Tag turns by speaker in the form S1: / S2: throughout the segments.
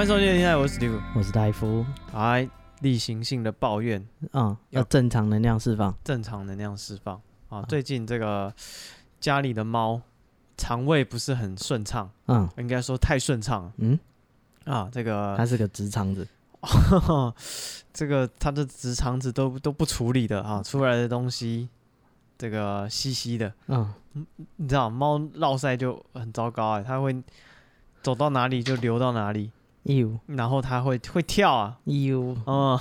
S1: 迎收听《恋爱》，我是 Steve。
S2: 我是戴夫，
S1: 哎，例行性的抱怨，
S2: 嗯，
S1: 要
S2: 要正常能量释放，
S1: 正常能量释放啊。最近这个家里的猫肠胃不是很顺畅，
S2: 嗯
S1: 应该说太顺畅了
S2: 嗯，
S1: 啊。这个
S2: 它是个直肠子，
S1: 这个它的直肠子都都不处理的啊，出来的东西这个稀稀的，
S2: 嗯，
S1: 你知道猫落塞就很糟糕哎、它会走到哪里就流到哪里，
S2: 呦
S1: 然后它会会跳啊，
S2: 呦，
S1: 嗯。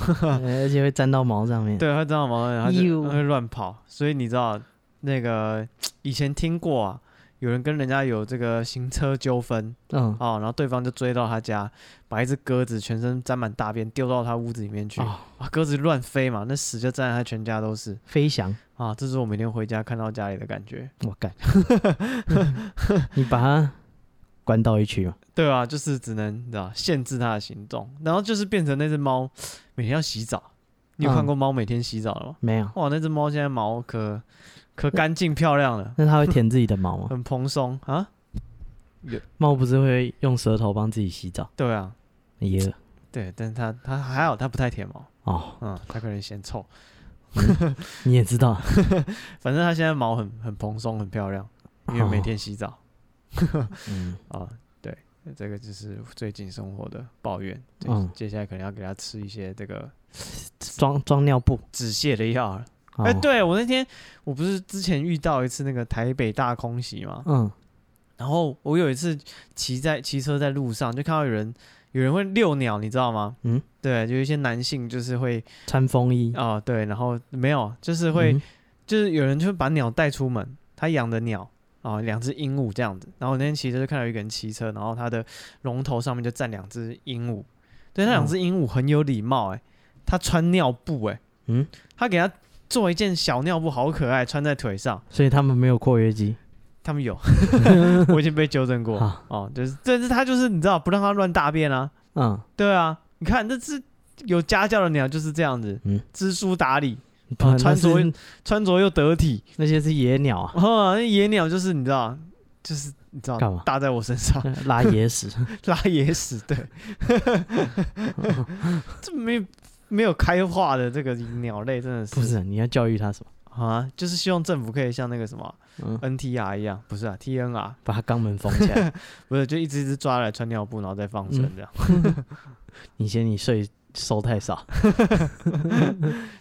S2: 而且会粘到毛上面，，
S1: 对，它长毛然后它就
S2: 哟
S1: 它会乱跑，所以你知道那个以前听过啊，有人跟人家有这个行车纠纷
S2: 嗯，
S1: 啊，然后对方就追到他家，把一只鸽子全身沾满大便丢到他屋子里面去，
S2: 哦，
S1: 啊，鸽子乱飞嘛，那屎就沾了他全家都是
S2: 飞翔，
S1: 啊，这是我每天回家看到家里的感觉。
S2: 我干， 你把它关到一区嘛，
S1: 对啊，就是只能你知道限制它的行动，然后就是变成那只猫每天要洗澡。你有看
S2: 嗯
S1: 过猫每天洗澡的吗？
S2: 没有，
S1: 哇，那只猫现在毛可可干净漂亮了。
S2: 那它会舔自己的毛吗？
S1: 很蓬松啊，
S2: 猫不是会用舌头帮自己洗澡，
S1: 对啊，
S2: 也
S1: 对，但是它它还好，它不太舔毛，
S2: 哦，
S1: 嗯，它可能嫌臭，
S2: 你也知道，
S1: 反正它现在毛很很蓬松，很漂亮，因为每天洗澡
S2: 哦嗯，
S1: 啊，对，这个就是最近生活的抱怨，对
S2: 嗯
S1: 接下来可能要给它吃一些这个
S2: 装装尿布，
S1: 止泻的药了。
S2: 哦
S1: 哎、，对我那天我不是之前遇到一次那个台北大空袭嘛，
S2: 嗯，
S1: 然后我有一次骑在骑车在路上，就看到有人有人会遛鸟，你知道吗？
S2: 嗯，
S1: 对，有一些男性就是会
S2: 穿风衣，
S1: 啊、对，然后没有，就是会，
S2: 嗯
S1: 就是有人就会把鸟带出门，他养的鸟啊，两、只鹦鹉这样子。然后我那天骑车就看到一个人骑车，然后他的龙头上面就站两只鹦鹉，对，那两
S2: 嗯
S1: 只鹦鹉很有礼貌、欸，他穿尿布、欸，
S2: 嗯，
S1: 他给他做一件小尿布，好可爱，穿在腿上。
S2: 所以他们没有括约肌，
S1: 他们 有，我已经被纠正过
S2: 好
S1: 哦，就是，但是他就是你知道，不让他乱大便啊，
S2: 嗯，
S1: 对啊，你看这只有家教的鸟就是这样子，
S2: 嗯
S1: 知书达理，
S2: 不然
S1: 穿
S2: 嗯那是
S1: 着穿着又得体，
S2: 那些是野鸟啊，
S1: 哦，那野鸟就是你知道，就是你知道
S2: 干嘛
S1: 搭在我身上
S2: 拉 野屎，
S1: 拉野屎，对， 这没没有开化的这个鸟类真的是
S2: 不是，你要教育他什么？
S1: 啊，就是希望政府可以像那个什么
S2: 嗯，
S1: NTR 一样，不是啊 TNR，
S2: 把他肛门缝起 来。
S1: 不是就一只一只抓来穿尿布，然后再放
S2: 嗯
S1: 生这样，
S2: 你嫌你税收太少，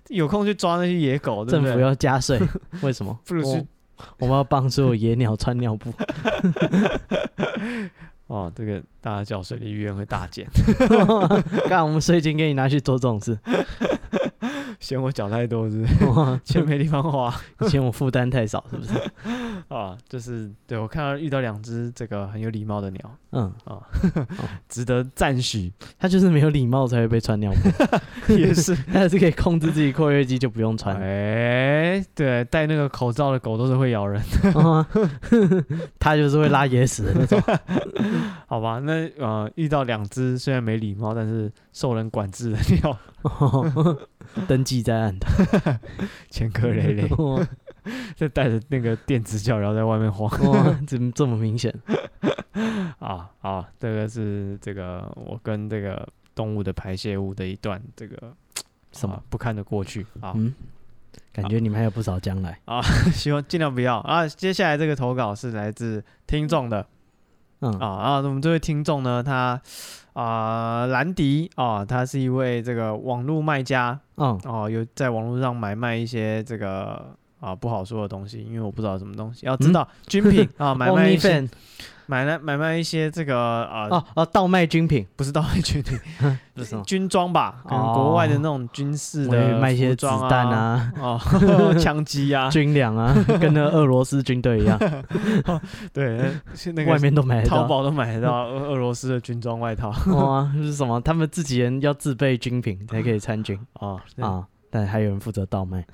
S1: 有空去抓那些野狗，对
S2: 政
S1: 不
S2: 府
S1: 对？
S2: 要加 税，为什么？
S1: 不如去
S2: 我我们要帮所有野鸟穿 尿布。
S1: 哦，这个大家缴税的意愿会大减，
S2: 看我们税金给你拿去做这种事，
S1: 嫌我缴太多是不是
S2: 哇
S1: 钱没地方花。
S2: 你嫌我负担太少是不 是？
S1: 啊，就是对我看到遇到两只这个很有礼貌的鸟，
S2: 嗯，
S1: 值得赞 许，
S2: 他就是没有礼貌才会被穿尿 布，
S1: 也 是。
S2: 他是可以控制自己括约肌就不用穿。
S1: 哎、对，戴那个口罩的狗都是会咬人，
S2: 嗯他就是会拉野屎的那种。
S1: 好吧？那呃，遇到两只虽然没礼貌，但是受人管制的鸟，
S2: 哦 登记在案的，，
S1: 前科累 累
S2: 哦哇
S1: 就带着那个电子脚，然后在外面晃
S2: 哇，怎么哦这么明显？
S1: 啊啊！这个是这个我跟这个动物的排泄物的一段这个
S2: 什么
S1: 啊？不堪的过去啊。
S2: 嗯，感觉你们还有不少将来。
S1: 希望尽量不要啊。接下来这个投稿是来自听众的
S2: 嗯
S1: 啊啊，我们这位听众呢，他啊、兰迪啊，他是一位这个网络卖家
S2: 嗯
S1: 哦、有在网络上买卖一些这个啊不好说的东西，因为我不知道什么东西，要
S2: 嗯
S1: 知道、军 品啊，买卖一些
S2: OnlyFan
S1: 买卖买卖一些这个啊、
S2: 哦哦，倒卖军品
S1: 不是盗卖军品，
S2: 这是 什么？
S1: 军装吧，可能
S2: 哦
S1: 国外的那种军事
S2: 我以为
S1: 的
S2: 卖一些
S1: 服
S2: 子
S1: 装
S2: 弹
S1: 啊。
S2: 啊、
S1: 哦， 枪击啊，
S2: 军粮 啊，跟那俄罗斯军队一样，
S1: 对，是 那个
S2: 外面都买得
S1: 淘
S2: 到。
S1: 宝都买得到俄俄罗斯的军装外套
S2: 哇，是什么？他们自己人要自备军品才可以 参军
S1: 啊啊！
S2: 啊，但还有人负责倒卖，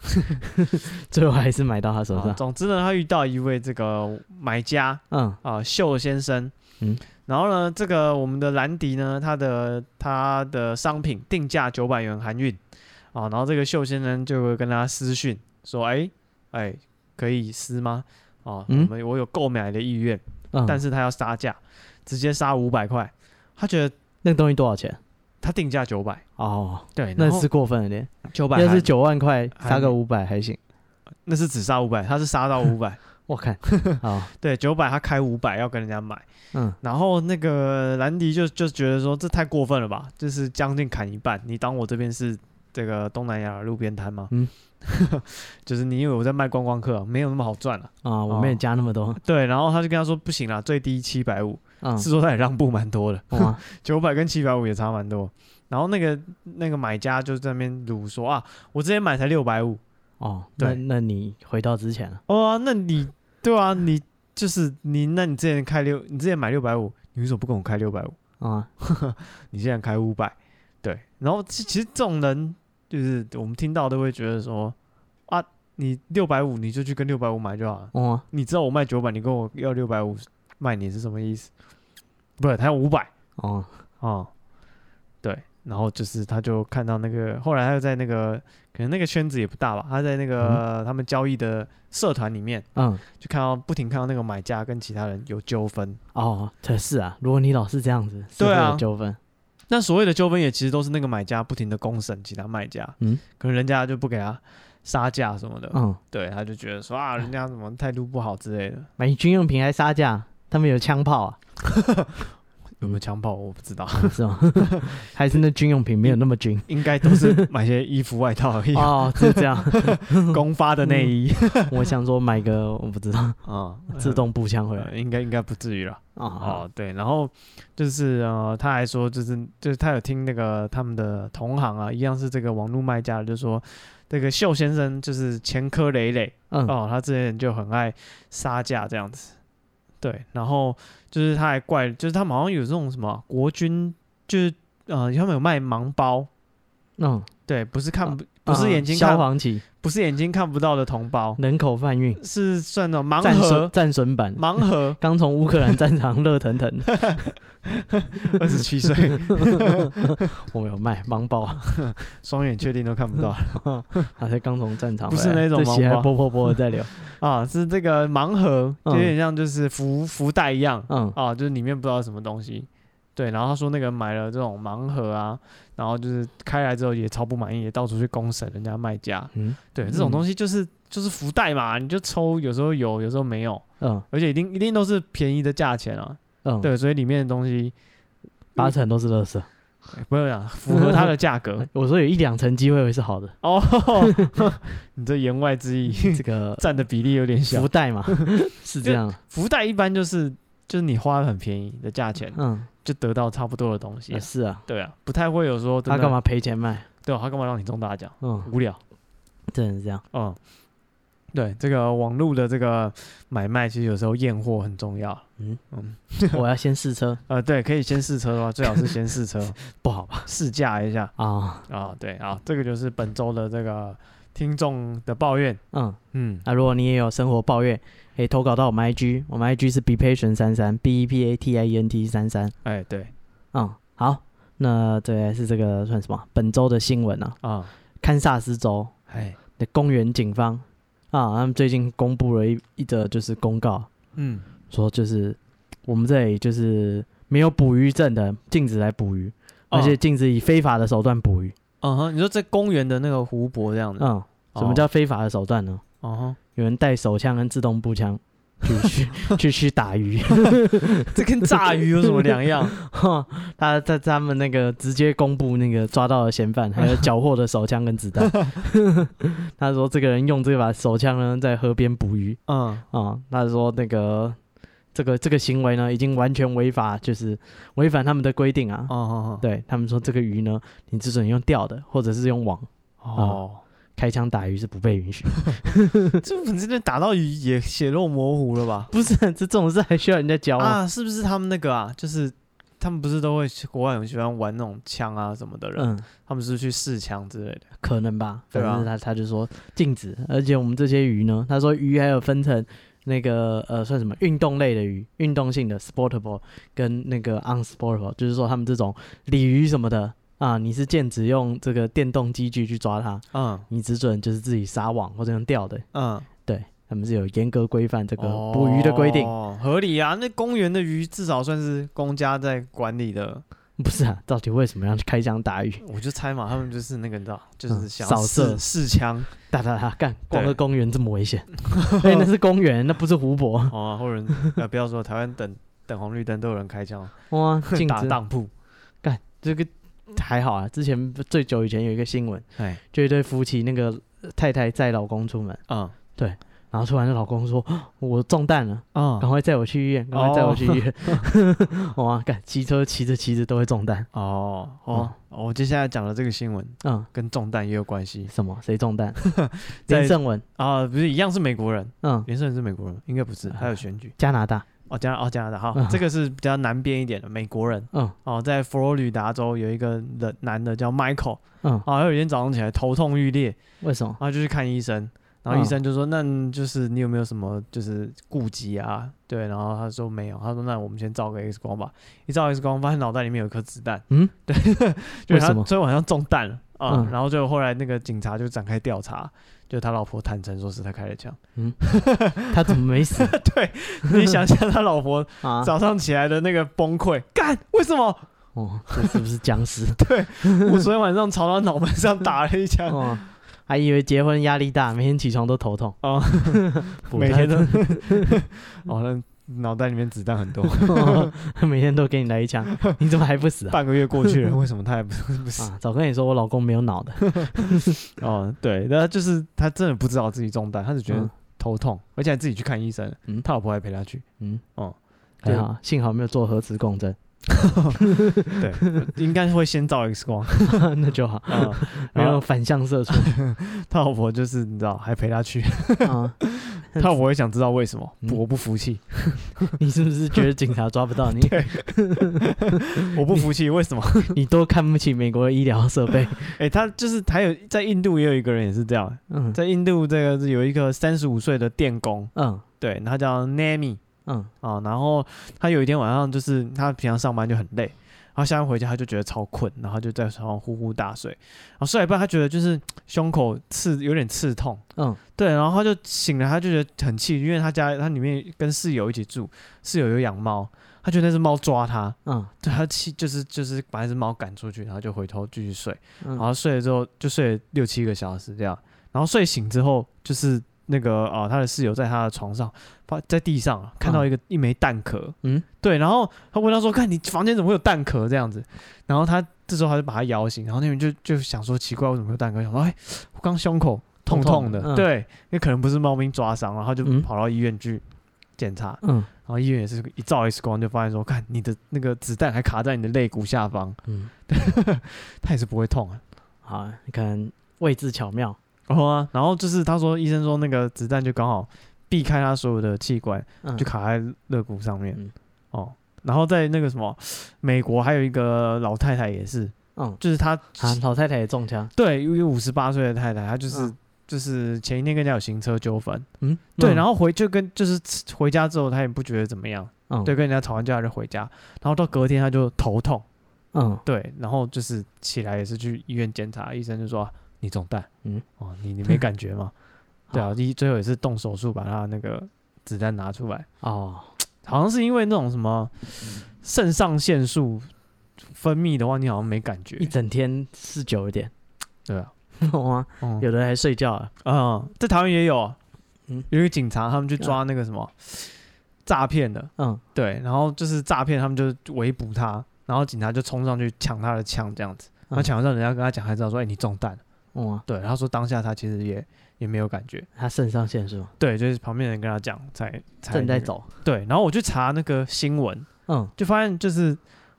S2: 最后还是买到他手 上。
S1: 啊总之呢，他遇到一位这个买家
S2: 嗯
S1: 啊，秀先生，
S2: 嗯，
S1: 然后呢，这个我们的兰迪呢，他的他的商品定价九百元含运啊，然后这个秀先生就会跟他私讯说，哎哎，可以撕吗？啊，
S2: 嗯
S1: 我们我有购买的意愿，
S2: 嗯，
S1: 但是他要杀价，直接杀五百块，他觉得
S2: 那个东西多少钱？
S1: 它定价九百，
S2: 哦，
S1: 对，
S2: 那
S1: 然后
S2: 是过分了点。
S1: 九百，
S2: 要是九万块，
S1: 还
S2: 杀个五百还行。
S1: 那是只杀五百，它是杀到五百，
S2: 我看， 哦好，
S1: 对，九百他开五百要跟人家买，
S2: 嗯，
S1: 然后那个兰迪就就觉得说这太过分了吧，就是将近砍一半，你当我这边是这个东南亚的路边摊吗？
S2: 嗯，
S1: 就是你以为我在卖观光客啊，没有那么好赚啊。
S2: 啊，我没有加那么多，
S1: 对，然后他就跟他说不行啦，最低七百五，
S2: 嗯，哦啊
S1: 是说他也让步蛮多的，
S2: 哇，
S1: 九百跟七百五也差蛮多。然后那个那个买家就在那边辱说啊，我之前买才六百五，
S2: 哦，
S1: 对
S2: 那那你回到之前了，
S1: 哦、那你对啊，你就是你，那你之前开六，你之前买六百五，你为什么不跟我开六百五？
S2: 啊，
S1: 你竟然开五百，对。然后其其实这种人，就是我们听到都会觉得说啊，你六百五你就去跟六百五买就好了。
S2: 哦，
S1: 你知道我卖九百，你跟我要六百五卖你是什么意思？不是，他要五百
S2: 哦，
S1: 啊，对。然后就是他就看到那个，后来他又在那个，可能那个圈子也不大吧，他在那个、他们交易的社团里面，
S2: 嗯，
S1: 就看到不停看到那个买家跟其他人有纠纷。
S2: 哦，这是啊，如果你老是这样子，是
S1: 对啊
S2: 会有纠纷，
S1: 那所谓的纠纷也其实都是那个买家不停的公审其他卖家，
S2: 嗯
S1: 可能人家就不给他杀价什么的，
S2: 嗯，
S1: 对，他就觉得说啊，人家怎么态度不好之类的。
S2: 买军用品还杀价，他们有枪炮 啊，
S1: 有没有枪炮我不知道，
S2: 是吗？ 还是那军用品没有那么 军？
S1: 应该都是买些衣服外套而 已，
S2: 哦，是这样，
S1: 公发的内衣
S2: 我想说买个我不 知道
S1: 啊，
S2: 自动步枪回来
S1: 呃应该应该不至于了。
S2: 哦，
S1: 哦，对，然后就是呃，他还说就是就是他有听那个他们的同行啊，一样是这个网络卖家的，就说这个秀先生就是前科累累，
S2: 嗯，
S1: 哦，他之前就很爱杀价这样子，对，然后就是他还怪，就是他们好像有这种什么啊国军，就是呃，他们有卖盲包，
S2: 嗯，啊
S1: 对，不是看不、不是眼睛
S2: 消
S1: 看、
S2: 防旗，
S1: 不是眼睛看不到的同胞，
S2: 人口贩运，
S1: 是算那种盲
S2: 战损
S1: 盒，
S2: 战损版，，
S1: 盲盒
S2: 刚从乌克兰战场热腾 腾，
S1: 二十七岁，
S2: 我有卖盲包，
S1: 双眼确定都看不 到
S2: 他才刚从战场
S1: 不
S2: 回来，
S1: 是那种
S2: 这血还
S1: 盲包
S2: 啵啵啵的在流，
S1: 啊，是这个盲盒，有
S2: 嗯
S1: 点像就是福福袋一样，
S2: 嗯，
S1: 啊，就是里面不知道什么东西。对，然后他说那个买了这种盲盒啊，然后就是开来之后也超不满意，也到处去公审人家卖家。
S2: 嗯
S1: 对，这种
S2: 嗯
S1: 东西就是、就是福袋嘛，你就抽，有时候有，有时候没有，
S2: 嗯
S1: 而且一定一定都是便宜的价钱啊。
S2: 嗯，，
S1: 对，所以里面的东西
S2: 八成都是垃圾。
S1: 哎不用讲，符合它的价 格
S2: 我说有一两成机会会 是好的，
S1: 哦。你这言外之意
S2: 这个
S1: 占的比例有点小
S2: 嗯 福。袋嘛，是这样，
S1: 福袋一般就是就是你花很便宜的价钱
S2: 嗯，
S1: 就得到差不多的东西
S2: 也
S1: 啊、
S2: 是啊，
S1: 对啊，不太会有说真
S2: 他
S1: 的
S2: 干嘛赔钱卖？
S1: 对、啊他干嘛让你中大奖？
S2: 嗯，
S1: 无聊。
S2: 真的是 这样，
S1: 嗯，对，这个网络的这个买卖，其实有时候验货很重要。
S2: 我要先试车，
S1: 呃，对，可以先试车的话，最好是先试车，
S2: 不好吧？
S1: 试驾一下
S2: 啊，
S1: 啊。对啊，这个就是本周的这个听众的抱怨。
S2: 嗯，
S1: 嗯，
S2: 那如果你也有生活抱怨，可以投稿到我们 IG，我们 IG 是 be patient 三三 b e p a t i e n t 三三，
S1: 哎，对
S2: 嗯，好，那这是这个算什么？本周的新闻啊，
S1: 啊，
S2: 堪萨斯州
S1: 哎，
S2: 的公园警方啊，他们最近公布了一一则就是公告，
S1: 嗯，
S2: 说就是我们这里就是没有捕鱼证的人禁止来捕鱼，而且
S1: 哦，
S2: 禁止以非法的手段捕鱼。
S1: 嗯哼，你说在公园的那个湖泊这样哦的，
S2: 嗯，什么叫非法的手段呢？
S1: 哦？哦
S2: 有人带手枪跟自动步枪去去去去打鱼，
S1: 哼，这跟炸鱼有什么两样？
S2: 哈哦他在他们那个直接公布那个抓到的嫌犯，还有缴获的手枪跟子弹。 他说这个人用这把手枪呢在河边捕鱼
S1: 嗯，
S2: 啊、他说那个。这个这个行为呢，已经完全违法，就是违反他们的规定啊。
S1: 哦哦，
S2: 对他们说，这个鱼呢，你只准用钓的，或者是用网
S1: 哦，
S2: 开枪打鱼是不被允许。
S1: 这本身打到鱼也血肉模糊了吧？
S2: 不是，啊这这种事还需要人家教吗？
S1: 啊，是不是他们那个啊？就是他们不是都会去国外很喜欢玩那种枪啊什么的人，
S2: 嗯，
S1: 他们是不是去试枪之类的。
S2: 可能吧。
S1: 对
S2: 反
S1: 啊
S2: 正他他就说禁止，而且我们这些鱼呢，他说鱼还有分成那个呃算什么运动类的鱼，运动性的 sportable 跟那个 unsportable，就是说他们这种鲤鱼什么的。啊，你是禁止用这个电动机具去抓它，
S1: 嗯
S2: 你只准就是自己撒网或者用钓的。
S1: 嗯，哦
S2: 对，他们是有严格规范这个捕鱼的规定。
S1: 哦合理啊。那公园的鱼至少算是公家在管理的
S2: 不是啊，到底为什么要去开枪打鱼？
S1: 我就猜 嘛，他们就是那个你知道，就
S2: 嗯
S1: 是想要
S2: 扫
S1: 试
S2: 射
S1: 试枪
S2: 打打打，干！
S1: 对
S2: 逛个公园这么危险？哎、那是公园，那不是湖 泊。
S1: 哦，或者呃，不要说台湾等等红绿灯都有人开枪，
S2: 哇，禁
S1: 打
S2: 止
S1: 当铺，
S2: 干这个还好啊。之前最久以前有一个新闻，
S1: 哎，
S2: 就一对夫妻，那个呃太太载老公出门，
S1: 嗯
S2: 然后突然那老公说：“ 我中弹了，
S1: 嗯
S2: 赶快载我去医院，赶快载我去医院。 哇，干！骑车骑着骑着都会中弹。
S1: 哦哦，我接下来讲的这个新闻
S2: 嗯，
S1: 跟中弹也有关系
S2: 什么？谁中弹？
S1: 在
S2: 连胜文。
S1: 啊，不是一样是美国人，
S2: 嗯，
S1: 连胜是美国人，应该不
S2: 啊
S1: 是，还有选举
S2: 加拿大。
S1: 哦，加拿哦加拿大
S2: 嗯
S1: 好，这个是比较南边一点的美国人
S2: 嗯
S1: 哦，在佛罗里达州有一个人男的叫 Michael
S2: 嗯，
S1: 啊，他有一天早上起来头痛欲裂，
S2: 为什么？
S1: 然后就去看医生，然后医
S2: 嗯
S1: 生就说：“那你就是你有没有什么就是顾忌啊？”对，然后他说没有，他说：“那我们先照个 X 光吧。”一照 X 光，发现脑袋里面有一颗子弹。
S2: 嗯，
S1: 对， 就
S2: 为
S1: 他
S2: 什么
S1: 昨天晚上中弹了啊。
S2: 嗯
S1: 然后就后来那个警察就展开调查，就他老婆坦诚说是他开的枪。
S2: 他怎么没死
S1: 对，你想象他老婆
S2: 啊？
S1: 早上起来的那个崩溃，干为什么
S2: 哦，这是不是僵尸？
S1: 我昨天晚上朝他脑门上打了一 枪？
S2: 哦，还以为结婚压力大，每天起床都头 痛。
S1: 哦，
S2: 补
S1: 每 天都
S2: 他
S1: 哦，那脑袋里面子弹很 多。
S2: 每天都给你来一枪，你怎么还不死 啊？
S1: 半个月过去了，为什么他还不不是？
S2: 啊，早跟你说我老公没有脑的。
S1: 哦，对，那就是他真的不知道自己中弹，他只觉得
S2: 嗯
S1: 头痛，而且还自己去看医生，
S2: 嗯
S1: 他老婆还陪他去，
S2: 嗯，
S1: 哦，
S2: 还好，幸好没有做核磁共振，
S1: 对，应该会先照 X 光，
S2: 那就好，
S1: 嗯，
S2: 没
S1: 然
S2: 有
S1: 后
S2: 反向射出。
S1: 他老婆就是你知道还陪他 去，
S2: 啊，
S1: 他老婆也想知道为什么，
S2: 嗯
S1: 我不服气，
S2: 你是不是觉得警察抓不到 你？
S1: 我不服气，为 什么？
S2: 你多看不起美国的医疗设备？
S1: 哎，他就是还有在印度也有一个人也是这样，
S2: 嗯
S1: 在印度这个是有一个三十五岁的电工，
S2: 嗯
S1: 对，他叫 Nami，
S2: 嗯
S1: 啊、然后他有一天晚上就是他平常上班就很累，然后下班回家他就觉得超困，然后就在床上呼呼大睡，然后睡到一半他觉得就是胸口刺有点刺痛，
S2: 嗯
S1: 对，然后他就醒了，他就觉得很气，因为他家他里面跟室友一起住，室友有养猫，他觉得那只猫抓他，
S2: 嗯
S1: 对他气就是就是把那只猫赶出去，然后就回头继续睡，然
S2: 嗯，
S1: 后睡了之后就睡了六七个小时这样，然后睡醒之后就是那个啊、他的室友在他的床上，发在地上啊看到一个、一枚蛋壳，
S2: 嗯，
S1: 对，然后他问他说：“看你房间怎么会有蛋壳这样子？”然后他这时候他就把他摇醒，然后那边就就想说奇怪为什么会有蛋壳，想说哎，我刚胸口痛痛的，
S2: 痛痛的嗯
S1: 对，那可能不是猫咪抓伤，然后他就
S2: 嗯
S1: 跑到医院去检查，
S2: 嗯
S1: 然后医院也是一照 X 光就发现说，看你的那个子弹还卡在你的肋骨下方，
S2: 嗯，
S1: 它也是不会痛啊。
S2: 好，你看位置巧妙。
S1: 然后啊，然后就是他说医生说那个子弹就刚好避开他所有的器官，
S2: 嗯
S1: 就卡在肋骨上面。
S2: 嗯
S1: 哦，然后在那个什么美国还有一个老太太也是，
S2: 嗯，
S1: 就是她、
S2: 啊，老太太也中枪。
S1: 对，因为五十八岁的太太，她就是、
S2: 嗯
S1: 就是前一天跟人家有行车纠纷，
S2: 嗯，
S1: 对，
S2: 嗯
S1: 然后回就跟就是回家之后她也不觉得怎么样，
S2: 嗯
S1: 对，，跟人家吵完架就回家，然后到隔天她就头痛，
S2: 嗯
S1: 对，然后就是起来也是去医院检查，医生就说、啊你中弹，
S2: 嗯，
S1: 哦，你你没感觉吗？对啊
S2: 好，
S1: 一最后也是动手术把他那个子弹拿出来，
S2: 哦，
S1: 好像是因为那种什么肾上腺素分泌的话，你好像没感觉
S2: 一，整天是久一点，
S1: 对啊，
S2: 哇，
S1: 嗯
S2: 有的还睡觉啊。
S1: 嗯，在台湾也有啊，
S2: 嗯
S1: 有一个警察他们去抓那个什么诈骗的，
S2: 嗯
S1: 对，然后就是诈骗，他们就围捕他，然后警察就冲上去抢他的枪这样子，然后
S2: 嗯
S1: 抢完之后人家跟他讲，才知道说，哎、你中弹了，
S2: 哇，
S1: 对，他说当下他其实也也没有感觉，
S2: 他肾上腺素
S1: 对，就是旁边人跟他讲才才
S2: 正在
S1: 那个，
S2: 走。
S1: 对，然后我去查那个新闻。
S2: 嗯，
S1: 就发现就是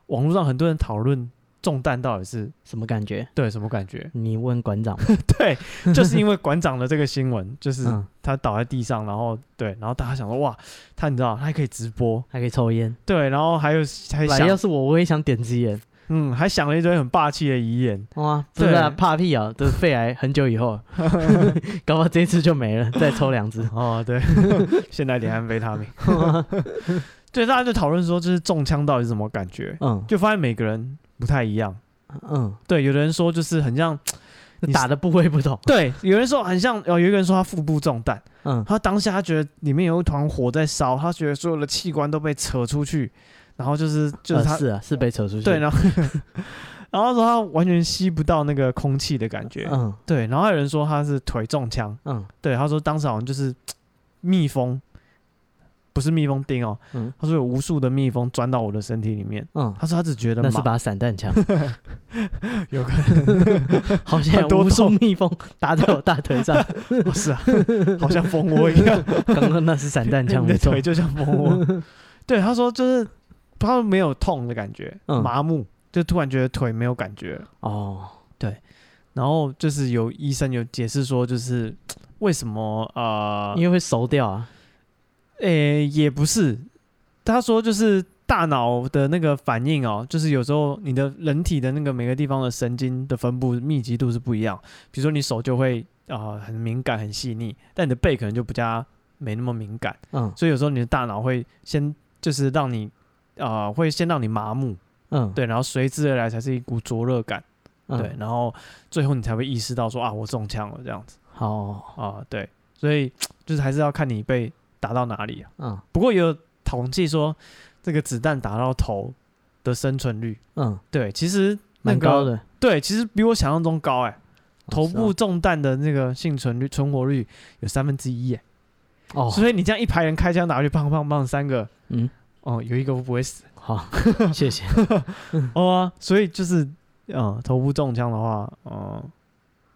S1: 网络上很多人讨论中弹到底是
S2: 什么感觉？，
S1: 对什么感觉
S2: 你问馆长。
S1: 对，就是因为馆长的这个新闻，就是
S2: 嗯，
S1: 他倒在地上，然后对，然后大家想说哇，他你知道他还可以直播，
S2: 还可以抽烟。
S1: 对，然后还有还
S2: 来，要
S1: 想
S2: 是我，我也想点支烟。
S1: 嗯还想了一堆很霸气的遗言，
S2: 哇，不是啊，
S1: 对
S2: 怕屁啊！这肺癌很久 以后，搞不好这一次就没了，再抽两支。
S1: 哦 对，先来点安非他命， 对，大家就讨论说就是中枪到底是什么感觉，
S2: 嗯
S1: 就发现每个人不太一样，
S2: 嗯，
S1: 对，有的人说就是很像，你
S2: 打的部位不同。
S1: 对，有人说很像，哦，有一个人说他腹部中弹。
S2: 嗯
S1: 他当下他觉得里面有一团火在烧，他觉得所有的器官都被扯出去，然后就是就是
S2: 呃
S1: 它、
S2: 是啊，是被扯出去。
S1: 对， 然后然后说它完全吸不到那个空气的感觉，
S2: 嗯
S1: 对，然后还有人说他是腿中枪，
S2: 嗯
S1: 对，他说当时好像就是蜜蜂，不是蜜蜂叮哦，
S2: 嗯
S1: 他说有无数的蜜蜂钻到我的身体里面，
S2: 嗯，
S1: 他说他只觉得
S2: 那是
S1: 麻，
S2: 把散弹枪，
S1: 有可
S2: 好像 有
S1: 多
S2: 无数
S1: 痛
S2: 蜜蜂打在我大 腿上，
S1: 能是啊，好像蜂窝一样，
S2: 刚刚那是散弹 枪，
S1: 你
S2: 没
S1: 的
S2: 错
S1: 腿。就像蜂窝。 对，他说就是他没有痛的感觉，
S2: 嗯
S1: 麻木，就突然觉得腿没有感觉了。
S2: 哦，
S1: 然后就是有医生有解释说，就是为什么呃，
S2: 因为会熟掉啊。
S1: 诶、也不是，他说就是大脑的那个反应哦，就是有时候你的人体的那个每个地方的神经的分布密集度是不一样，比如说你手就会啊、呃很敏感很细腻，但你的背可能就比较没那么敏感，
S2: 嗯
S1: 所以有时候你的大脑会先就是让你啊、呃会先让你麻木，
S2: 嗯，
S1: 对，然后随之而来才是一股灼热感，
S2: 嗯
S1: 对，，然后最后你才会意识到说啊我中枪了这样子
S2: 好，
S1: 啊、对，所以就是还是要看你被打到哪里啊。
S2: 嗯
S1: 不过也有统计说，这个子弹打到头的生存率，
S2: 嗯，
S1: 对，其实那
S2: 蛮
S1: 个
S2: 高，的。哦
S1: 对，其实比我想象中高哎、头
S2: 是啊
S1: 部中弹的那个幸存率、存活率有三分之一哎，
S2: 哦，
S1: 所以你这样一排人开枪打去，砰砰砰，三个，
S2: 嗯，
S1: 哦，有一个不会死，
S2: 好， 谢谢。
S1: 哦啊，所以就是，嗯，头部中枪的话，嗯，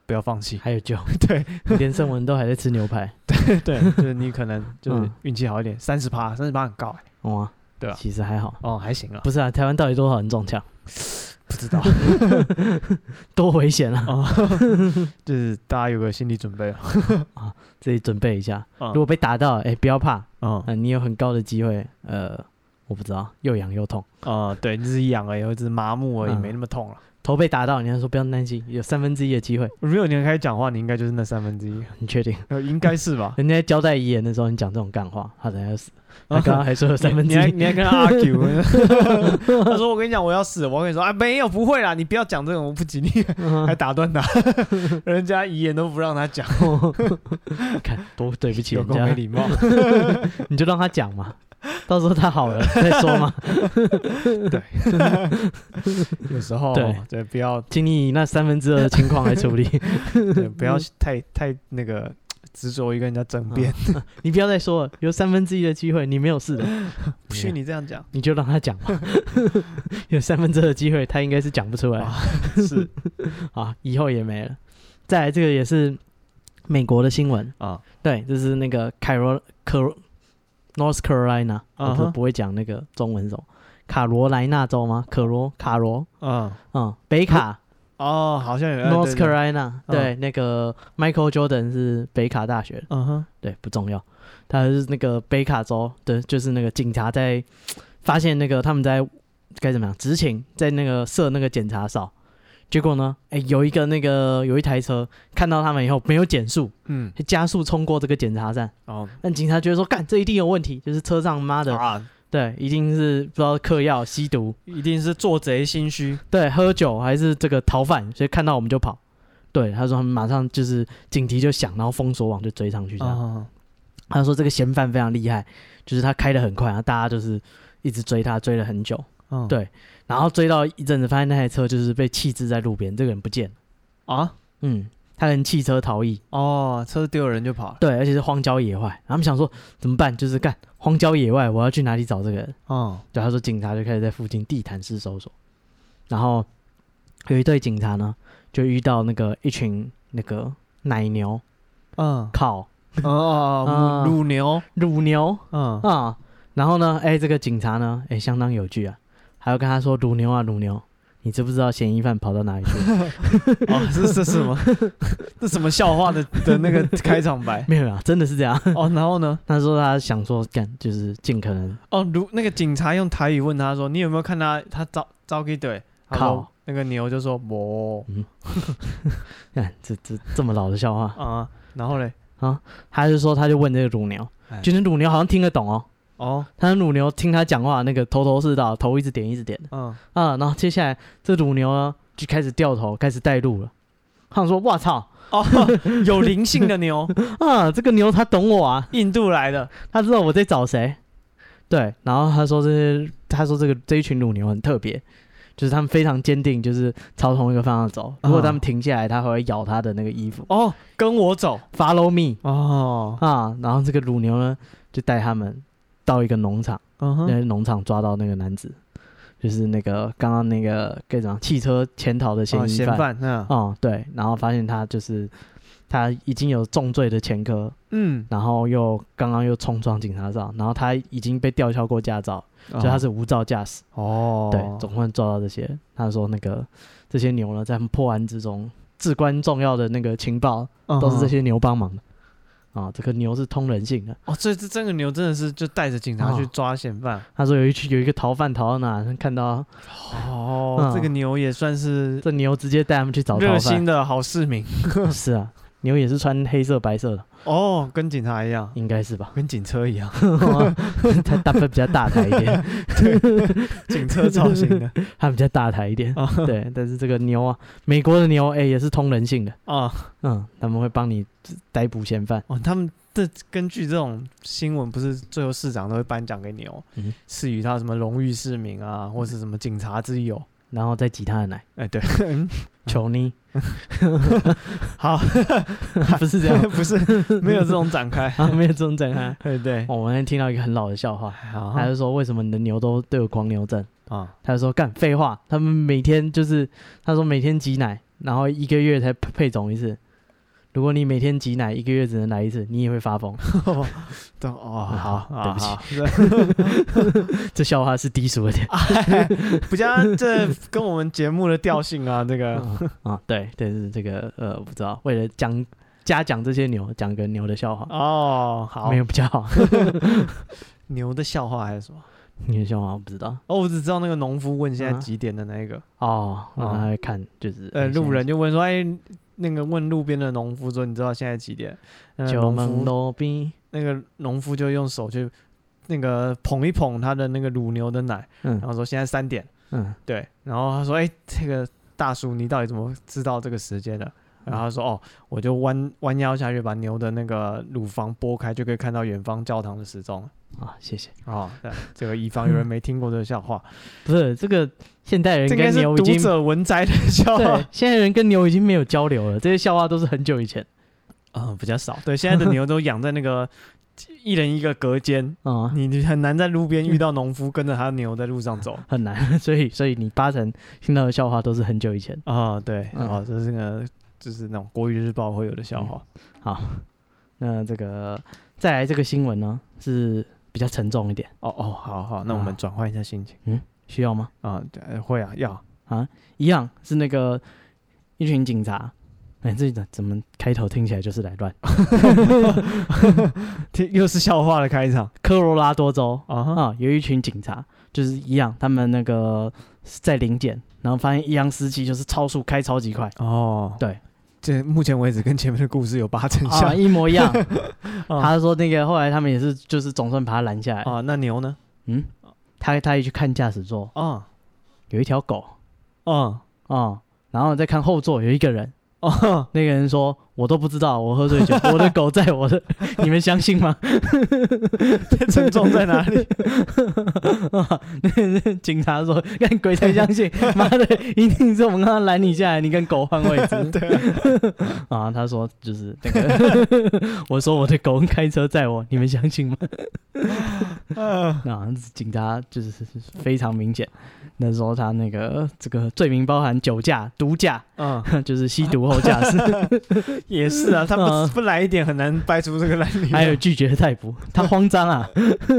S1: 不要放弃，
S2: 还有救，
S1: 对
S2: 连胜文都还在吃牛排。
S1: 对，就是你可能就是
S2: 嗯
S1: 运气好一点，三十趴，三十趴很高哎、
S2: 哇，
S1: 对啊
S2: 其实还好。
S1: 哦，还行啊，
S2: 不是啊，台湾到底多少人中枪？
S1: 不 知道，
S2: 多危险啊！
S1: 哦，就是大家有个心理准备啊，
S2: 自己准备一下，
S1: 嗯
S2: 如果被打到，哎、不要怕，
S1: 嗯
S2: 呃，你有很高的机会，呃，我不知道，又痒又痛，
S1: 啊，对，就是痒而已，或者是麻木而已，
S2: 嗯
S1: 没那么痛了。啊
S2: 头被打到，你还说不要担心，有三分之一的机会，
S1: 如果你开始讲话，你应该就是那三分之一，
S2: 你确定？？
S1: 呃 应该是吧
S2: 人家在交代遗言的时候，你讲这种干话，他等下要死。他
S1: 啊
S2: 刚 刚还说有三分
S1: 你
S2: 之
S1: 你还
S2: 一，
S1: 你还跟他 argue，他 说我跟你讲我要死了，我跟你说啊没有不会啦，你不要讲这种我不吉利，
S2: 嗯
S1: 还打断 他，人家遗言都不让他讲，
S2: 看多对不起
S1: 有
S2: 人
S1: 够没
S2: 家，
S1: 礼貌。
S2: 你就让他讲嘛，到时候他好了再 说嘛。
S1: 有时候
S2: 对
S1: 对不 要
S2: 请你以那三分之二的情况 来处理，
S1: 对不
S2: 嗯
S1: 要太太那个执着于跟人家争辩，
S2: 你不要再说了，有三分之一的机会，你没有事的。
S1: 不许你这样讲。
S2: 你就让他讲吧，有三分之二的机会，他应该是讲不出来
S1: 啊 是
S2: 啊，以后也没了。再来，这个也是美国的新闻，
S1: 啊，
S2: 对，这是那个凯罗可 North Carolina，、
S1: 嗯
S2: 我
S1: 哼
S2: 不不会讲那个中文是什么，卡罗来纳州吗？可罗卡罗，
S1: 嗯
S2: 嗯，北卡、
S1: 哦，好像有哎
S2: North
S1: 对对
S2: Carolina，
S1: 嗯
S2: 对，那个 Michael Jordan 是北卡大学的，
S1: 嗯哼，
S2: 对，不重要。他是那个北卡州的，就是那个警察在发现那个他们在该怎么样执勤，在那个设那个检查哨，结果呢，哎、有一个那个有一台车看到他们以后没有减速，
S1: 嗯，
S2: 加速冲过这个检查站，
S1: 哦
S2: 但警察觉得说，干这一定有问题，就是车上妈的，
S1: 啊，
S2: 对，一定是不知道嗑药、吸毒，
S1: 一定是做贼心虚，
S2: 对，喝酒还是这个逃犯，所以看到我们就跑。对，他说他们马上就是警笛就响，然后封锁网就追上去这样。
S1: 啊，
S2: 他说这个嫌犯非常厉害，就是他开的很快，然后大家就是一直追他，追了很久，
S1: 嗯
S2: 对然后追到一阵子，发现那台车就是被弃置在路边，这个人不见了，
S1: 啊，
S2: 嗯，他人弃车逃逸，
S1: 哦，车丢了人就跑了，
S2: 对，而且是荒郊野外，然后他们想说怎么办，就是干荒郊野外，我要去哪里找这个人？
S1: 嗯
S2: 对，他说警察就开始在附近地毯式搜索，然后有一队警察呢就遇到那个一群那个奶牛、
S1: 嗯，
S2: 烤
S1: 哦哦，
S2: 啊
S1: 乳牛，
S2: 乳牛，
S1: 嗯
S2: 啊、然后呢，哎，这个警察呢，哎，相当有趣啊，还要跟他说乳牛啊乳牛，你知不知道嫌疑犯跑到哪里去？
S1: 哦，这这是什么？ 这什么笑话的的那个开场 白？
S2: 没有啊，真的是这样。
S1: 哦，然后呢？
S2: 他说他想说干，就是尽可能
S1: 哦，如那个警察用台语问他说：“你有没有看他？他招招给对？”他说
S2: 靠嗯
S1: 那个牛就说：“没
S2: 干这这这么老的笑话，啊
S1: 啊。”然后嘞，
S2: 他就说他就问这个乳牛
S1: 哎，
S2: 就是乳牛好像听得懂哦。
S1: 哦，
S2: 他的乳牛听他讲话，那个头头是道，头一直点一直点的
S1: 嗯，
S2: 啊。然后接下来这乳牛呢就开始掉头，开始带路了。他想说：“哇操
S1: 哦，有灵性的牛，
S2: 啊，这个牛它懂我啊，
S1: 印度来的，
S2: 他知道我在找谁。对，然后他说这些他说这个这一群乳牛很特别，就是他们非常坚定，就是朝同一个方向走。
S1: 啊
S2: 如果他们停下来，它还会咬它的那个衣服。
S1: 哦，跟我走
S2: Follow me
S1: 哦，
S2: 啊！然后这个乳牛呢，就带他们到一个农场，
S1: 嗯
S2: 那、
S1: 哼，
S2: 农场抓到那个男子，就是那个刚刚那个该怎么样汽车潜逃的嫌
S1: 哦
S2: 疑
S1: 嫌
S2: 犯。
S1: 犯，嗯
S2: 哦、对，然后发现他就是他已经有重罪的前科，
S1: 嗯，
S2: 然后又刚刚又冲撞警察照，然后他已经被吊销过驾照，
S1: 所
S2: 所以他是无照驾驶。
S1: 哦，
S2: 对，总算抓到这些。他说那个这些牛呢，在他们破案之中至关重要的那个情报
S1: 嗯
S2: 都是这
S1: 哼
S2: 些牛帮忙的。啊、这个牛是通人性的。
S1: 哦，这这这个牛真的是就带着警察去
S2: 哦
S1: 抓嫌犯
S2: 他说有一群有一个逃犯逃到哪，看到
S1: 哦，这个
S2: 嗯
S1: 牛也算是
S2: 这牛直接带他们去找逃
S1: 热心
S2: 犯。
S1: 的好市民
S2: 是啊，牛也是穿黑色白色的，
S1: 哦，跟警察一样，
S2: 应该 是吧？
S1: 跟警车一样，
S2: 它大分比较大台一点。
S1: 警车造型的
S2: 他比较大台一
S1: 哦
S2: 点，对。但是这个牛啊，美国的牛，哎、也是通人性的，
S1: 啊
S2: 嗯，他们会帮你逮捕嫌犯，
S1: 哦，他们这根据这种新闻，不是最后市长都会颁奖给牛
S2: 嗯，
S1: 赐予他什么荣誉市民啊，或是什么警察之友。
S2: 然后再挤他的奶，
S1: 哎， 对，
S2: 求 你，
S1: 好，
S2: 不是这样，
S1: 不是没有这种展开
S2: 啊，没有这种震 撼。
S1: 哎，对，哎
S2: 哦我那天听到一个很老的笑话，
S1: 好
S2: 他就说为什么你的牛都都有狂牛症？
S1: 啊，
S2: 他就说干废话，他们每天就是，他说每天挤奶，然后一个月才配配种一次。如果你每天挤奶，一个月只能来一次，你也会发疯。
S1: 对哦，好，
S2: 好嗯对不起
S1: 啊，好
S2: 这笑话是低俗一点
S1: 哎， 不加这跟我们节目的调性啊，这个
S2: 啊、 对，但是这个呃，我不知道，为了讲嘉奖这些牛，讲个牛的笑话，
S1: 哦，好
S2: 没，有比较 好。
S1: 牛的笑话还是什么？
S2: 牛的笑话我不知道
S1: 哦，我只知道那个农夫问现在
S2: 嗯
S1: 几点的那一个，
S2: 哦，
S1: 哦
S2: 然后来看就是
S1: 呃，路人就问说，哎，那个问路边的农夫说，你知道现在几点？那个
S2: 九
S1: 农
S2: 门
S1: 夫
S2: 路边，
S1: 那个农夫就用手去那个捧一捧他的那个乳牛的奶，然
S2: 嗯
S1: 后说现在三点。
S2: 嗯，
S1: 对，然后他说：“哎、这个大叔，你到底怎么知道这个时间的？”然后他
S2: 嗯
S1: 说：“哦，我就弯弯腰下去，把牛的那个乳房拨开，就可以看到远方教堂的时钟了。
S2: 啊，谢谢。”
S1: 哦，对这个以防 有人没听过这个笑话，
S2: 不是这个现代人
S1: 这应该
S2: 跟
S1: 是
S2: 牛已
S1: 读
S2: 经
S1: 者文摘的笑
S2: 对
S1: 话，，
S2: 现在人跟牛已经没有交流了，这些笑话都是很久以前
S1: 嗯，比较少。对，现在的牛都养在那个一人一个隔间，
S2: 啊、嗯
S1: 你你很难在路边遇到农夫跟着他的牛在路上 走。
S2: 很难。所以所以你八成听到的笑话都是很久以前。
S1: 啊、对，
S2: 嗯
S1: 哦，这是那个就是那种国语日报会有的笑话。
S2: 好，那这个再来这个新闻呢是比较沉重一点，
S1: 哦哦，好好，那我们
S2: 啊
S1: 转换一下心情
S2: 需要吗？
S1: 啊、对，会啊，要。
S2: 一样是那个一群警察。哎、这怎怎么开头听起来就是来乱？
S1: 听又是笑话的开场
S2: 科罗拉多州
S1: 啊哈！
S2: 啊，有一群警察，就是一样，他们那个在临检，然后发现一样司机就是超速开超级快，
S1: 哦，
S2: 对，
S1: 这目前为止跟前面的故事有八成像
S2: 啊，一模一样。
S1: 啊
S2: 他说那个后来他们也是，就是总算把他拦下来。
S1: 啊。那牛呢？
S2: 嗯，他他一去看驾驶座，
S1: 啊
S2: 有一条狗
S1: 啊
S2: 啊、然后再看后座有一个人，
S1: 啊！
S2: 那个人说：“我都不知道，我喝醉酒，我的狗在我的， 你们相信吗
S1: 沉重在哪 里？？”
S2: 警察说：“看鬼才相信，妈的，一定是我们刚刚拦你下来，你跟狗换位置。”
S1: 对，
S2: 啊，他说就是那个， 我说我的狗开车载我，你们相信吗？
S1: 啊
S2: 啊，警察就是非常明显，那时候他那个这个罪名包含酒驾、毒驾，
S1: 嗯，
S2: 就是吸毒后驾驶，
S1: 也是啊，他
S2: 啊
S1: 不不来一点很难掰出这个来理。
S2: 还有拒绝逮捕，他慌张啊，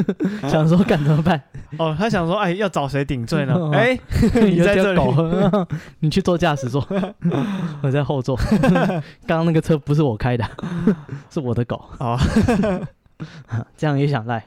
S2: 想说干怎么办？
S1: 哦，他想说，哎，要找谁顶罪呢？
S2: 嗯
S1: 哎， 你
S2: 有
S1: 在这
S2: 条
S1: 里
S2: 狗， 你去坐驾驶座， 我在后座。 刚刚那个车不是我开的， 是我的狗。
S1: 哦
S2: 这样也想赖。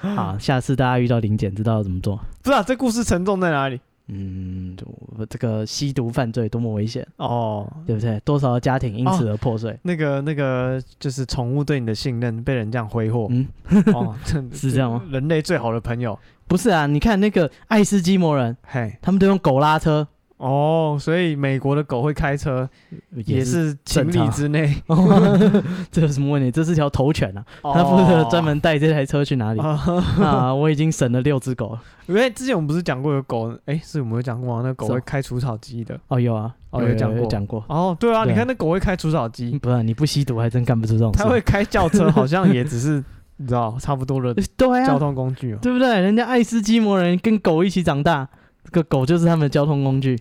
S2: 好，下次大家遇到临检，知道要怎么做。
S1: 不是啊，这故事沉重在哪里？
S2: 嗯，就这个吸毒犯罪多么危险，
S1: 哦，
S2: 对不对？多少家庭因此而破碎。
S1: 那个那个就是宠物对你的信任被人这样挥霍，
S2: 嗯，
S1: 哦，
S2: 是这样吗？
S1: 人类最好的朋友，
S2: 不是啊，你看那个爱斯基摩人，
S1: 嘿，
S2: 他们都用狗拉车，
S1: 哦，所以美国的狗会开车也
S2: 是，
S1: 是情理之内。
S2: 这有什么问题？这是条头犬啊，
S1: 哦
S2: 它负责专门带这台车去哪里
S1: 啊，
S2: 啊？我已经省了六只狗了。
S1: 因为之前我们不是讲过有狗，哎，是我们有讲过吗？那狗
S2: 什么
S1: 会开除草机的。
S2: 哦，有啊，
S1: 哦
S2: 有
S1: 有讲过
S2: 有讲过。
S1: 哦，对啊，
S2: 对啊嗯
S1: 你看那狗会开除草机，
S2: 不啊然你不吸毒还真干不出这种事。
S1: 它会开轿车，好像也只是你知道差不多的
S2: 对
S1: 交
S2: 啊，
S1: 通工具哦。
S2: 对不对？人家爱斯基摩人跟狗一起长大，这个狗就是他们的交通工具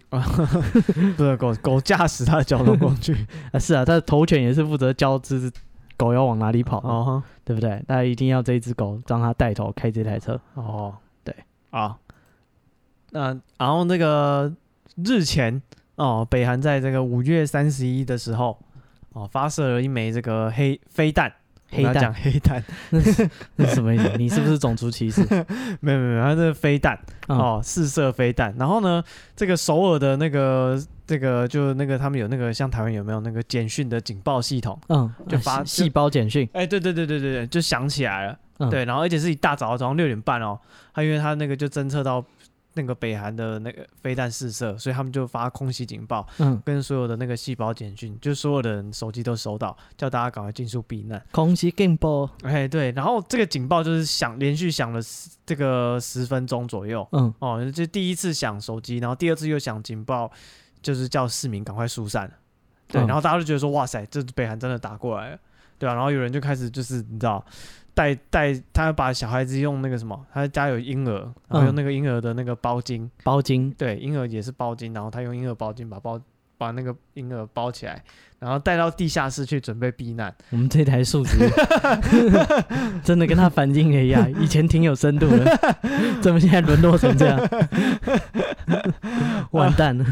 S1: 不是狗狗驾驶它的交通工具
S2: 啊。是啊，它的头犬也是负责教这只狗要往哪里跑，
S1: 哦
S2: 对不对？大家一定要这只狗让它带头开这台车。
S1: 哦，
S2: 对
S1: 啊，那然后那个日前哦，北韩在这个五月三十一的时候哦，发射了一枚这个黑飞弹，
S2: 黑
S1: 我们要
S2: 蛋
S1: 讲黑弹，
S2: 那 是什么意思？你是不是种族歧视？
S1: 没有没有没有，它是飞弹。
S2: 哦，
S1: 哦，试射飞弹。然后呢，这个首尔的那个这个就那个他们有那个像台湾有没有那个简讯的警报系统？
S2: 嗯，
S1: 就
S2: 就
S1: 发
S2: 发细胞简讯，
S1: 哎、对对对对对对，就响起来了。
S2: 嗯
S1: 对，然后而且是一大早早上六点半哦，他因为他那个就侦测到那个北韩的那个飞弹试射，所以他们就发空袭警报，
S2: 嗯，
S1: 跟所有的那个细胞简讯，就所有的人手机都收到，叫大家赶快尽速避难。
S2: 空袭警报，
S1: 哎，对，然后这个警报就是响，连续响了十这个十分钟左右。
S2: 嗯，
S1: 哦，就第一次响手机，然后第二次又响警报，就是叫市民赶快疏散。对，
S2: 嗯
S1: 然后大家就觉得说，哇塞，这北韩真的打过来了，对啊吧、然后有人就开始就是你知道，带带他把小孩子用那个什么，他家有婴儿，然后用那个婴儿的那个包巾，
S2: 包巾，
S1: 对，婴儿也是包巾，然后他用婴儿包巾把包把那个婴儿包起来，然后带到地下室去准备避难。
S2: 我们这台数值 真的跟他反应也 一样，以前挺有深度的，怎么现在沦落成 这样？完蛋了，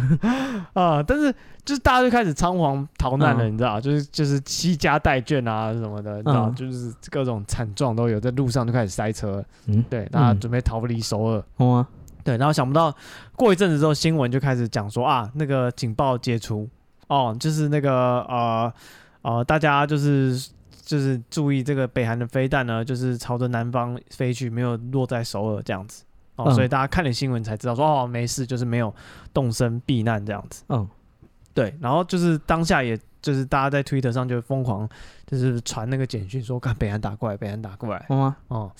S1: 啊、但是就是大家就开始仓皇逃难了，
S2: 嗯
S1: 你知道，就是就是惜家带眷啊什么的，你知道，
S2: 嗯
S1: 就是各种惨状都有，在路上就开始塞车了，
S2: 嗯，
S1: 对，大家
S2: 嗯
S1: 准备逃离首尔，
S2: 好啊，
S1: 对，然后想不到过一阵子之后，新闻就开始讲说啊，那个警报解除，哦，就是那个呃呃，大家就是。就是注意这个北韩的飞弹呢，就是朝着南方飞去，没有落在首尔这样子哦，
S2: 嗯
S1: 所以大家看了新闻才知道说哦没事，就是没有动身避难这样子。
S2: 嗯，
S1: 对，然后就是当下也就是大家在 Twitter 上就疯狂就是传那个简讯说，看北韩打过来，北韩打过来
S2: 好啊，
S1: 哦，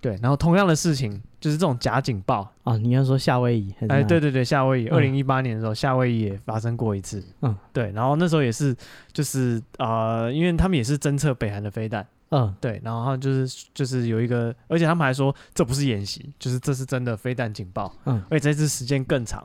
S1: 对，然后同样的事情就是这种假警报，
S2: 啊，你要说夏威夷还是哪
S1: 哎，
S2: 里？
S1: 对对对，夏威夷，
S2: 嗯
S1: 二零一八年的时候，夏威夷也发生过一次，
S2: 嗯，
S1: 对，然后那时候也是就是呃，因为他们也是侦测北韩的飞弹，
S2: 嗯，
S1: 对，然后他们就是就是有一个，而且他们还说这不是演习，就是这是真的飞弹警报，
S2: 嗯
S1: 而且这次时间更长，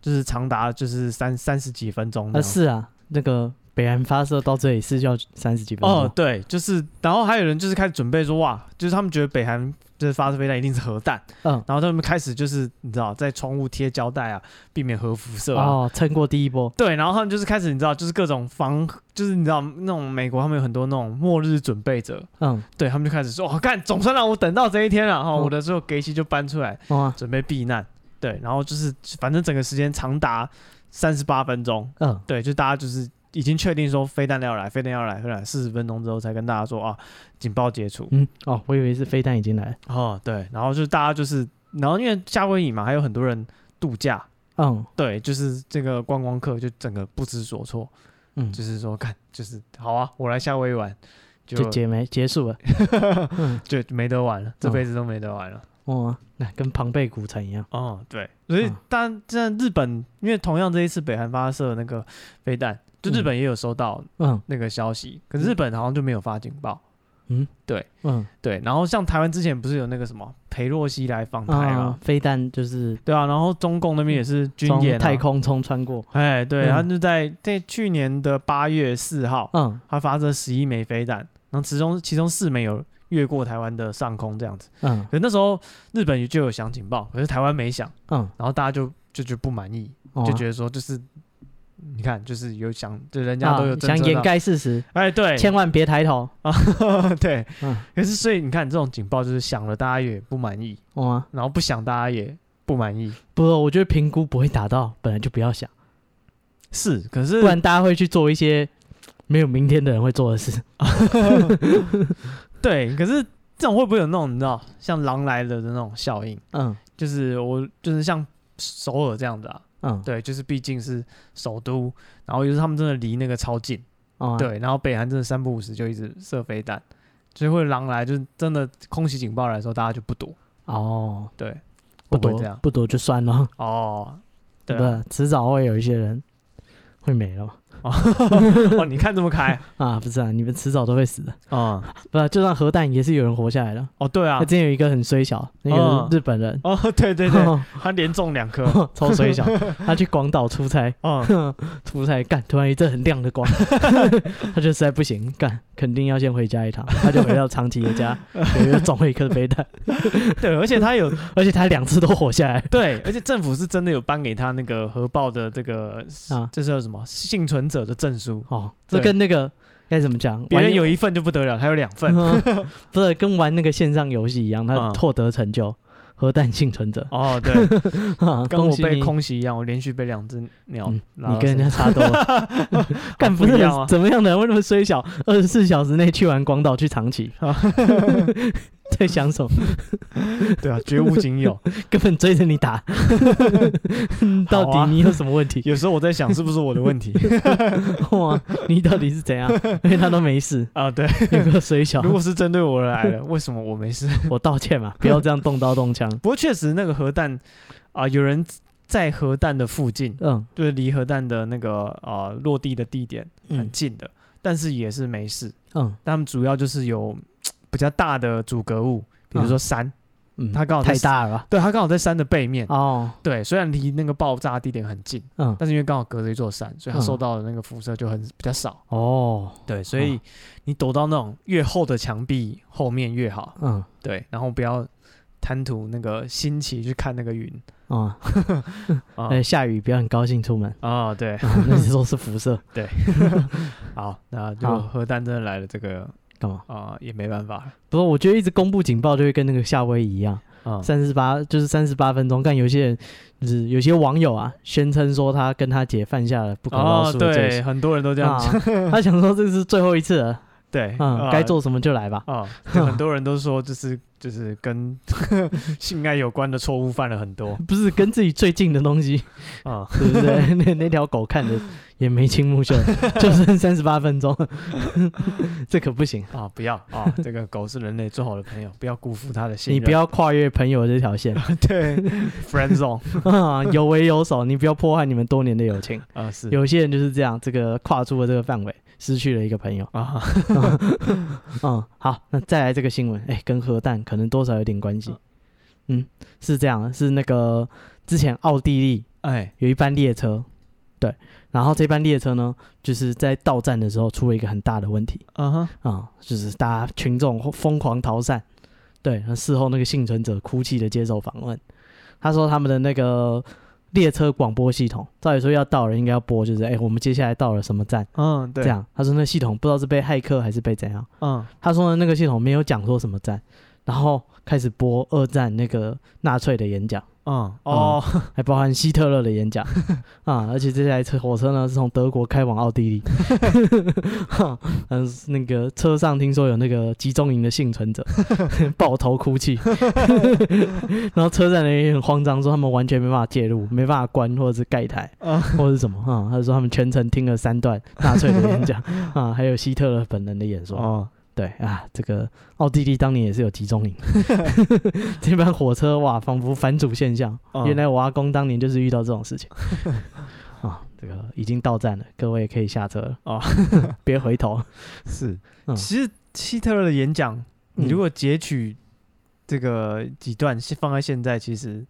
S1: 就是长达就是三三十几分钟这
S2: 啊
S1: 样子，
S2: 是啊，那个北韩发射到这里是要三十几分
S1: 哦
S2: 钟，，
S1: 对，就是，然后还有人就是开始准备说，哇，就是他们觉得北韩就是发射飞弹一定是核弹，
S2: 嗯，
S1: 然后他们开始就是你知道在窗户贴胶带啊，避免核辐射啊。
S2: 哦，撑过第一波，
S1: 对，然后他们就是开始，你知道，就是各种防，就是你知道那种美国他们有很多那种末日准备者，
S2: 嗯，
S1: 对他们就开始说，哦，干，总算让我等到这一天了哈、哦
S2: 嗯
S1: 我的所有给息就搬出来，
S2: 好啊，
S1: 准备避难。对，然后就是反正整个时间长达三十八分钟，
S2: 嗯，
S1: 对，就大家就是已经确定说飞弹要来，飞弹要来，飞弹要来四十分钟之后才跟大家说啊，警报解除。
S2: 嗯，哦，我以为是飞弹已经来了，
S1: 哦，对，然后就大家就是，然后因为夏威夷嘛，还有很多人度假，
S2: 嗯
S1: 对，就是这个观光客就整个不知所措，
S2: 嗯，
S1: 就是说看，就是好啊，我来夏威夷玩，就
S2: 就结没结束了，嗯，
S1: 就没得玩了，这辈子都没得玩了。
S2: 哇，那跟庞贝古城一样，
S1: 哦，对，所以
S2: 嗯
S1: 当然，这日本因为同样这一次北韩发射的那个飞弹，就日本也有收到
S2: 嗯
S1: 那个消息，可是日本好像就没有发警报。
S2: 嗯，
S1: 对，然后像台湾之前不是有那个什么裴洛西来访台
S2: 啊
S1: 吗？，
S2: 飞弹就是
S1: 对啊，然后中共那边也是军演、
S2: 从
S1: 啊、
S2: 太，空中穿过，
S1: 哎，对，
S2: 嗯
S1: 他就在在去年的八月四号，
S2: 嗯
S1: 他发射十一枚飞弹，然后其中其中四枚有越过台湾的上空这样子，
S2: 嗯
S1: 可是那时候日本就有响警报，可是台湾没响，
S2: 嗯，
S1: 然后大家就就就不满意，
S2: 哦啊
S1: 就觉得说就是。你看，就是有想，就人家
S2: 啊
S1: 都有侦
S2: 想
S1: 测
S2: 掩
S1: 到，
S2: 盖事实，
S1: 哎，对，
S2: 千万别抬头，
S1: 啊， 对，
S2: 嗯
S1: 可是所以你看，这种警报就是响了，大家也不满意，
S2: 哇，
S1: 然后不想大家也不满意。
S2: 不，我觉得评估不会达到，本来就不要想，
S1: 是，可是
S2: 不然大家会去做一些没有明天的人会做的事，
S1: 对，可是这种会不会有那种你知道像狼来了的那种效应？
S2: 嗯
S1: 就是我就是像首尔这样子啊，
S2: 嗯，
S1: 对，就是毕竟是首都，然后就是他们真的离那个超近，
S2: 哦啊，
S1: 对，然后北韩真的三不五时就一直射飞弹，所以会狼来，就是真的空袭警报来的时候，大家就不躲，
S2: 哦，
S1: 对，
S2: 不
S1: 会会
S2: 躲
S1: 这样
S2: 不躲就算了，
S1: 哦，对
S2: 对
S1: 啊、
S2: 吧，迟早会有一些人会没了嘛
S1: 哦，你看这么开，
S2: 啊，不是啊，你们迟早都会死的，
S1: 嗯，
S2: 不是，就算核弹也是有人活下来的。
S1: 哦， 对啊
S2: 他，之前有一个很衰小，那个
S1: 嗯
S2: 日本人，
S1: 哦，对对 对，他连中两颗，
S2: 超衰小，他去广岛出差，
S1: 嗯，
S2: 出差干，突然一阵很亮的光， 他就实在不行，干，肯定要先回家一趟，他就回到长崎的 家，有一个中了一颗飞弹，
S1: 对，而且他有
S2: 而且他两次都活下来，
S1: 对，而且政府是真的有颁给他那个核爆的这个
S2: 啊，
S1: 这是叫什么幸存者的证书，
S2: 哦，这
S1: 对
S2: 跟那个该怎么讲，
S1: 别人
S2: 玩
S1: 有一份就不得了，他有两份，
S2: 嗯 不是跟玩那个线上游戏一样，他
S1: 嗯
S2: 获得成就，核弹幸存者，
S1: 哦，对，
S2: 啊
S1: 跟
S2: 恭
S1: 我
S2: 喜
S1: 被
S2: 你。
S1: 空袭一样，我连续被两只鸟
S2: 嗯
S1: 哦拉到
S2: 你跟
S1: 身
S2: 人家差多 了， 干
S1: 不
S2: 不是
S1: 一样啊
S2: 怎么样的人会那么衰小？二十四小时内去完广岛去长崎， 在想什么？
S1: 上对啊，绝无仅有。
S2: 根本追着 你打， 到
S1: 好啊
S2: 底你有什么问题？
S1: 有时候我在想，是不是我的问 题
S2: 哇，你到底是怎样？因为他都没事，
S1: 啊？对，
S2: 有个水小
S1: 如，果是针对我而来的，为什么我没事？
S2: 我道歉嘛，不要这样动刀动 枪。
S1: 不过确实那个核弹啊、有人在核弹的附近，
S2: 嗯
S1: 就是离核弹的那个啊、落地的地点很近的，但是也是没事。
S2: 嗯
S1: 他们主要就是有比较大的阻隔物，比如说山，
S2: 嗯，
S1: 它刚好在
S2: 太大了吧
S1: 对，它刚好在山的背面。
S2: 哦，
S1: 对，虽然离那个爆炸地点很近，
S2: 嗯
S1: 但是因为刚好隔着一座山，所以它
S2: 嗯
S1: 受到的那个辐射就很比较少。嗯
S2: 哦，
S1: 对，所以你躲到那种越厚的墙壁后面越好。
S2: 嗯
S1: 对，然后不要贪图那个新奇去看那个云
S2: 啊，
S1: 啊
S2: 哎，下雨不要很高兴出门，
S1: 啊，对，
S2: 啊那时候是辐射，
S1: 好，那如果
S2: 好
S1: 核弹真的来了，这个
S2: 干嘛？
S1: 啊也没办法
S2: 不过我觉得一直公布警报就会跟那个夏威夷一样，
S1: 啊。嗯
S2: 三十八就是三十八分钟。但有些人就是有些网友啊，宣称说他跟他姐犯下了不可饶
S1: 哦，
S2: 恕的罪
S1: 对，
S2: 行。
S1: 很多人都这样讲，
S2: 啊，他想说这是最后一次 了，
S1: 对，
S2: 嗯，
S1: 啊
S2: 该做什么就来吧。
S1: 啊，就很多人都说就是就是跟 性爱有关的错误犯了很多
S2: 不是跟自己最近的东西，
S1: 啊。
S2: 对不对？那那条狗看的也眉清目 秀，就剩三十八分钟， 这可不行。
S1: 啊，不要啊！这个狗是人类最好的朋友， 不要辜负它的信
S2: 你
S1: 任。
S2: 不要跨越朋友这条 线
S1: 对 friend zone
S2: 啊，有为有守，你不要破坏你们多年的友情。
S1: 啊，是
S2: 有些人就是这样，这个跨出了这个范围，失去了一个朋友。
S1: 啊，
S2: 嗯，好，那再来这个新闻，哎、跟核弹可能多少有点关系。嗯，是这样的，是那个之前奥地利
S1: 哎，
S2: 有一班列车，对，然后这班列车呢，就是在到站的时候出了一个很大的问题
S1: 啊哈，
S2: 啊、就是大家群众疯狂逃散，对，那事后那个幸存者哭泣的接受访问，他说他们的那个列车广播系统，照理说要到了应该要播，就是哎、我们接下来到了什么站
S1: 嗯，对，
S2: 这，样，他说那系统不知道是被骇客还是被怎样。
S1: 嗯，
S2: 他说的那个系统没有讲说什么站，然后开始播二战那个纳粹的演讲，
S1: 嗯，哦，
S2: 还包含希特勒的 演讲啊、而且这台车火车呢是从德国开往奥 地利，哈嗯，那个车上听说有那个集中营的幸存 者抱头哭泣，然后车站的人也很慌张，说他们完全没办法介入，没办法关或者是盖台
S1: 啊
S2: 或者是什么啊、他说他们全程听了三段纳粹的演讲 啊，还有希特勒本人的演说。
S1: 哦，
S2: 对啊，这个奥地利当年也是有集中 营， 这班火车哇，仿佛反祖现象。
S1: 嗯
S2: 原来我阿公当年就是遇到这种 事情啊，这个已经到站了，各位可以下车了
S1: 哦，
S2: 别回头。
S1: 是，
S2: 嗯
S1: 其实希特勒的演讲，你如果截取这个几段是放在现在，其实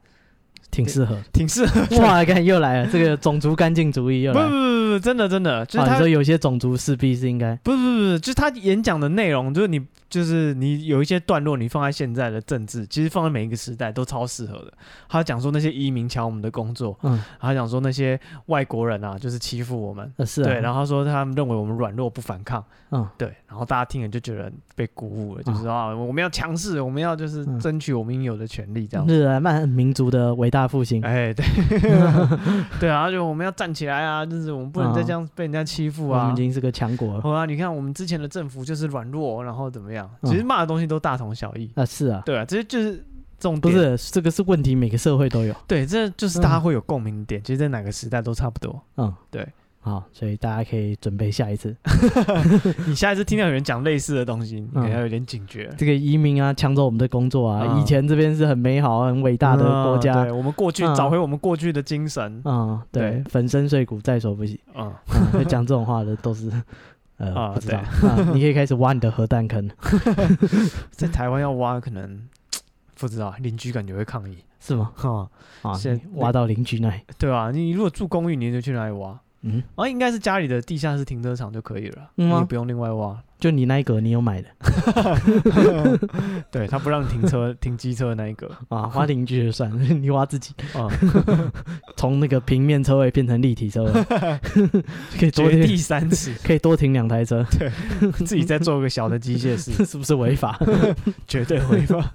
S2: 挺适合的。
S1: 挺适合。
S2: 哇，看又来了，这个种族干净主义又
S1: 不不
S2: 来
S1: 不
S2: 了。
S1: 不不，真的真的，就是
S2: 啊，
S1: 他
S2: 你说有些种族势必是应该
S1: 不是不是不是，就是他演讲的内容，就是你就是你有一些段落，你放在现在的政治，其实放在每一个时代都超适合的。他讲说那些移民抢我们的工作，
S2: 嗯，
S1: 他讲说那些外国人啊，就是欺负我们。
S2: 呃是啊，
S1: 对，然后他说他们认为我们软弱不反抗，
S2: 嗯
S1: 对，然后大家听了就觉得被鼓舞了，就是啊，我们要强势，我们要就是
S2: 嗯
S1: 争取我们应有的权利，这样子。
S2: 日耳曼民族的伟大复兴，
S1: 哎， 对，对啊，就我们要站起来啊，就是我们不能再这样被人家欺负
S2: 嗯我们
S1: 啊
S2: 已。经是个强 国了。
S1: 好啊，你看我们之前的政府就是软弱，然后怎么样？
S2: 嗯
S1: 其实骂的东西都大同小异。
S2: 啊，是啊，
S1: 对啊，这就是重
S2: 不
S1: 点
S2: 是这个是问题，每个社会都有。
S1: 对，这就是大家会有共鸣点，其实在哪个时代都差不多。
S2: 嗯，
S1: 对。
S2: 好，所以大家可以准备下一次
S1: 你下一次听到有人讲类似的东西，你可能
S2: 嗯
S1: 要有点警觉。
S2: 这个移民啊，抢走我们的工作啊。
S1: 嗯
S2: 以前这边是很美好、很伟大的国
S1: 嗯
S2: 家。
S1: 对我们过去
S2: 嗯
S1: 找回我们过去的精 神。
S2: 嗯，对
S1: 对，
S2: 粉身碎骨在所不 惜。
S1: 嗯，
S2: 嗯会讲这种话的都是，呃，
S1: 啊
S2: 不知道、啊。你可以开始挖你的核弹坑，
S1: 在台湾要挖，可能不知道邻居感觉会抗议。
S2: 是吗？
S1: 哈、
S2: 啊，
S1: 现
S2: 你挖到邻居那里。
S1: 对吧、你如果住公寓，你就去哪里挖？
S2: 嗯，
S1: 哦，应该是家里的地下室停车场就可以了，
S2: 嗯吗
S1: 你不用另外挖。
S2: 就你那一格，你有买的
S1: 对他不让你停 车停机车的那一个，
S2: 啊？挖邻居就算了，你挖自己，
S1: 嗯，
S2: 从那个平面车位变成立体 车位，可以多
S1: 掘地
S2: 停，
S1: 三 尺，
S2: 可以多停两台车，
S1: 自己再做个小的机械室，
S2: 是不是违法？
S1: 绝对违法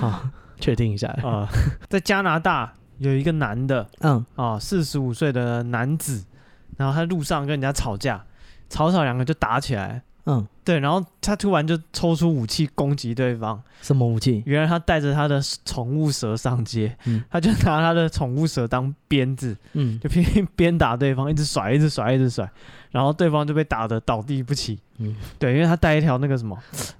S2: 好，确定一下。
S1: 啊！ 在加拿大有一个男的，
S2: 嗯，
S1: 啊，四十五岁的男子，然后他路上跟人家吵架，吵吵两个就打起来。
S2: 嗯，
S1: 对，然后他突然就抽出武器攻击对方。
S2: 什么武器？
S1: 原来他带着他的宠物蛇上街，
S2: 嗯
S1: 他就拿他的宠物蛇当鞭子，
S2: 嗯，
S1: 就拼命 鞭打对方，一直甩，一直甩，一直甩，然后对方就被打得倒地不起。
S2: 嗯
S1: 对，因为他带一条那个什么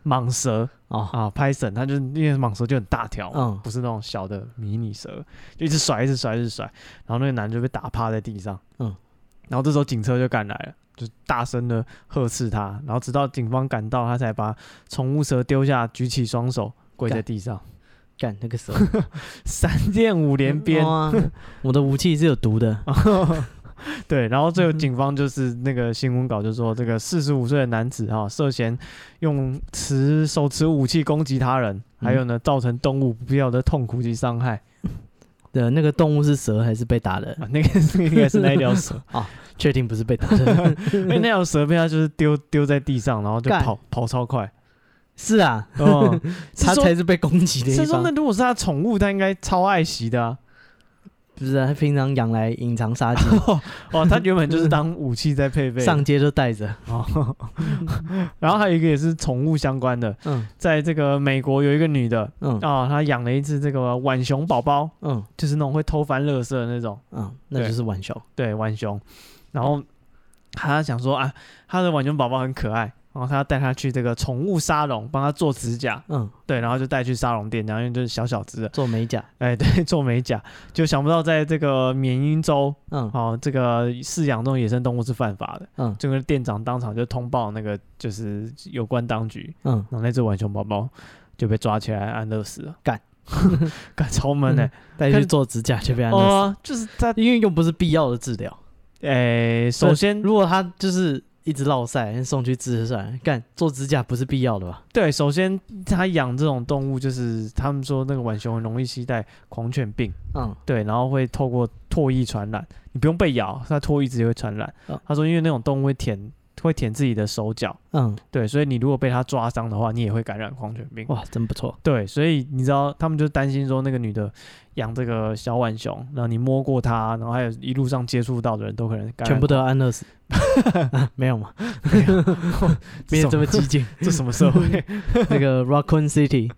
S1: 蟒蛇
S2: 哦，
S1: 啊，Python，他就因为蟒蛇就很大条嘛，
S2: 嗯
S1: 不是那种小的迷你蛇，就一直甩，一直甩，一直甩，然后那个男的就被打趴在地上，
S2: 嗯，
S1: 然后这时候警车就赶来了，就大声的呵斥他，然后直到警方赶到，他才把宠物蛇丢下，举起双手跪在地上，
S2: 干那个蛇
S1: 闪电五连鞭，
S2: 哦啊我的武器是有毒的。哦
S1: 对，然后最
S2: 嗯
S1: 后警方就是那个新闻稿就说，这个四十五岁的男子哈、涉嫌用持手持武器攻击他人，
S2: 嗯
S1: 还有呢造成动物不必要的痛苦及伤害。
S2: 的那个动物是蛇还是被打的？
S1: 啊，那个是应该是那一条 蛇，
S2: 确定不是被打 的。
S1: 因为那条蛇被他就是丢丢在地上，然后就
S2: 干
S1: 跑跑超 快。
S2: 是啊，
S1: 哦，是
S2: 它
S1: 说
S2: 才是被攻击的
S1: 是
S2: 一
S1: 说
S2: 方
S1: 那。如果是他宠物，他应该超爱惜的啊。
S2: 不是、啊，他平常养来隐藏 杀机，
S1: 哦，他原本就是当武器在配备的。
S2: 上街就带着。
S1: 哦，然后还有一个也是宠物相关的，
S2: 嗯
S1: 在这个美国有一个女的
S2: 嗯
S1: 啊，她养了一只这个浣熊宝宝，
S2: 嗯
S1: 就是那种会偷翻垃圾的那种，
S2: 嗯，那就是浣熊。
S1: 对，浣熊。然后她想说啊，她的浣熊宝宝很可爱，然后她要带它去这个宠物沙龙，帮它做指甲。
S2: 嗯，
S1: 对，然后就带去沙龙店，然后因为就是小小只的，
S2: 做美甲。
S1: 哎，对， 做美甲，就想不到在这个缅因州，
S2: 嗯
S1: 哦，这个饲养这种野生动物是犯法的，
S2: 嗯
S1: 这个店长当场就通报那个就是有关当局，
S2: 嗯，
S1: 然后那只浣熊宝宝就被抓起来安乐死了，
S2: 干，嗯
S1: 干 超闷呢、
S2: 带去做指甲就被安乐死，
S1: 哦，就是他，
S2: 因为又不是必要的治疗。
S1: 哎，首先
S2: 如果他就是一直落晒，送去治就算了。干做指甲不是必要的吧？
S1: 对，首先他养这种动物，就是他们说那个浣熊很容易携带狂犬病。
S2: 嗯
S1: 对，然后会透过唾液传染，你不用被咬，它唾液直接会传染。
S2: 哦
S1: 他说，因为那种动物会舔，会舔自己的手脚，
S2: 嗯，
S1: 对，所以你如果被它抓伤的话，你也会感染狂犬病。
S2: 哇，真不错。
S1: 对，所以你知道，他们就担心说那个女的养这个小浣熊，然后你摸过它，然后还有一路上接触到的人都可能感染。
S2: 全部都要安 乐死、啊没有吗？没有这么 激进。
S1: 这什么社会？
S2: 那个 Raccoon City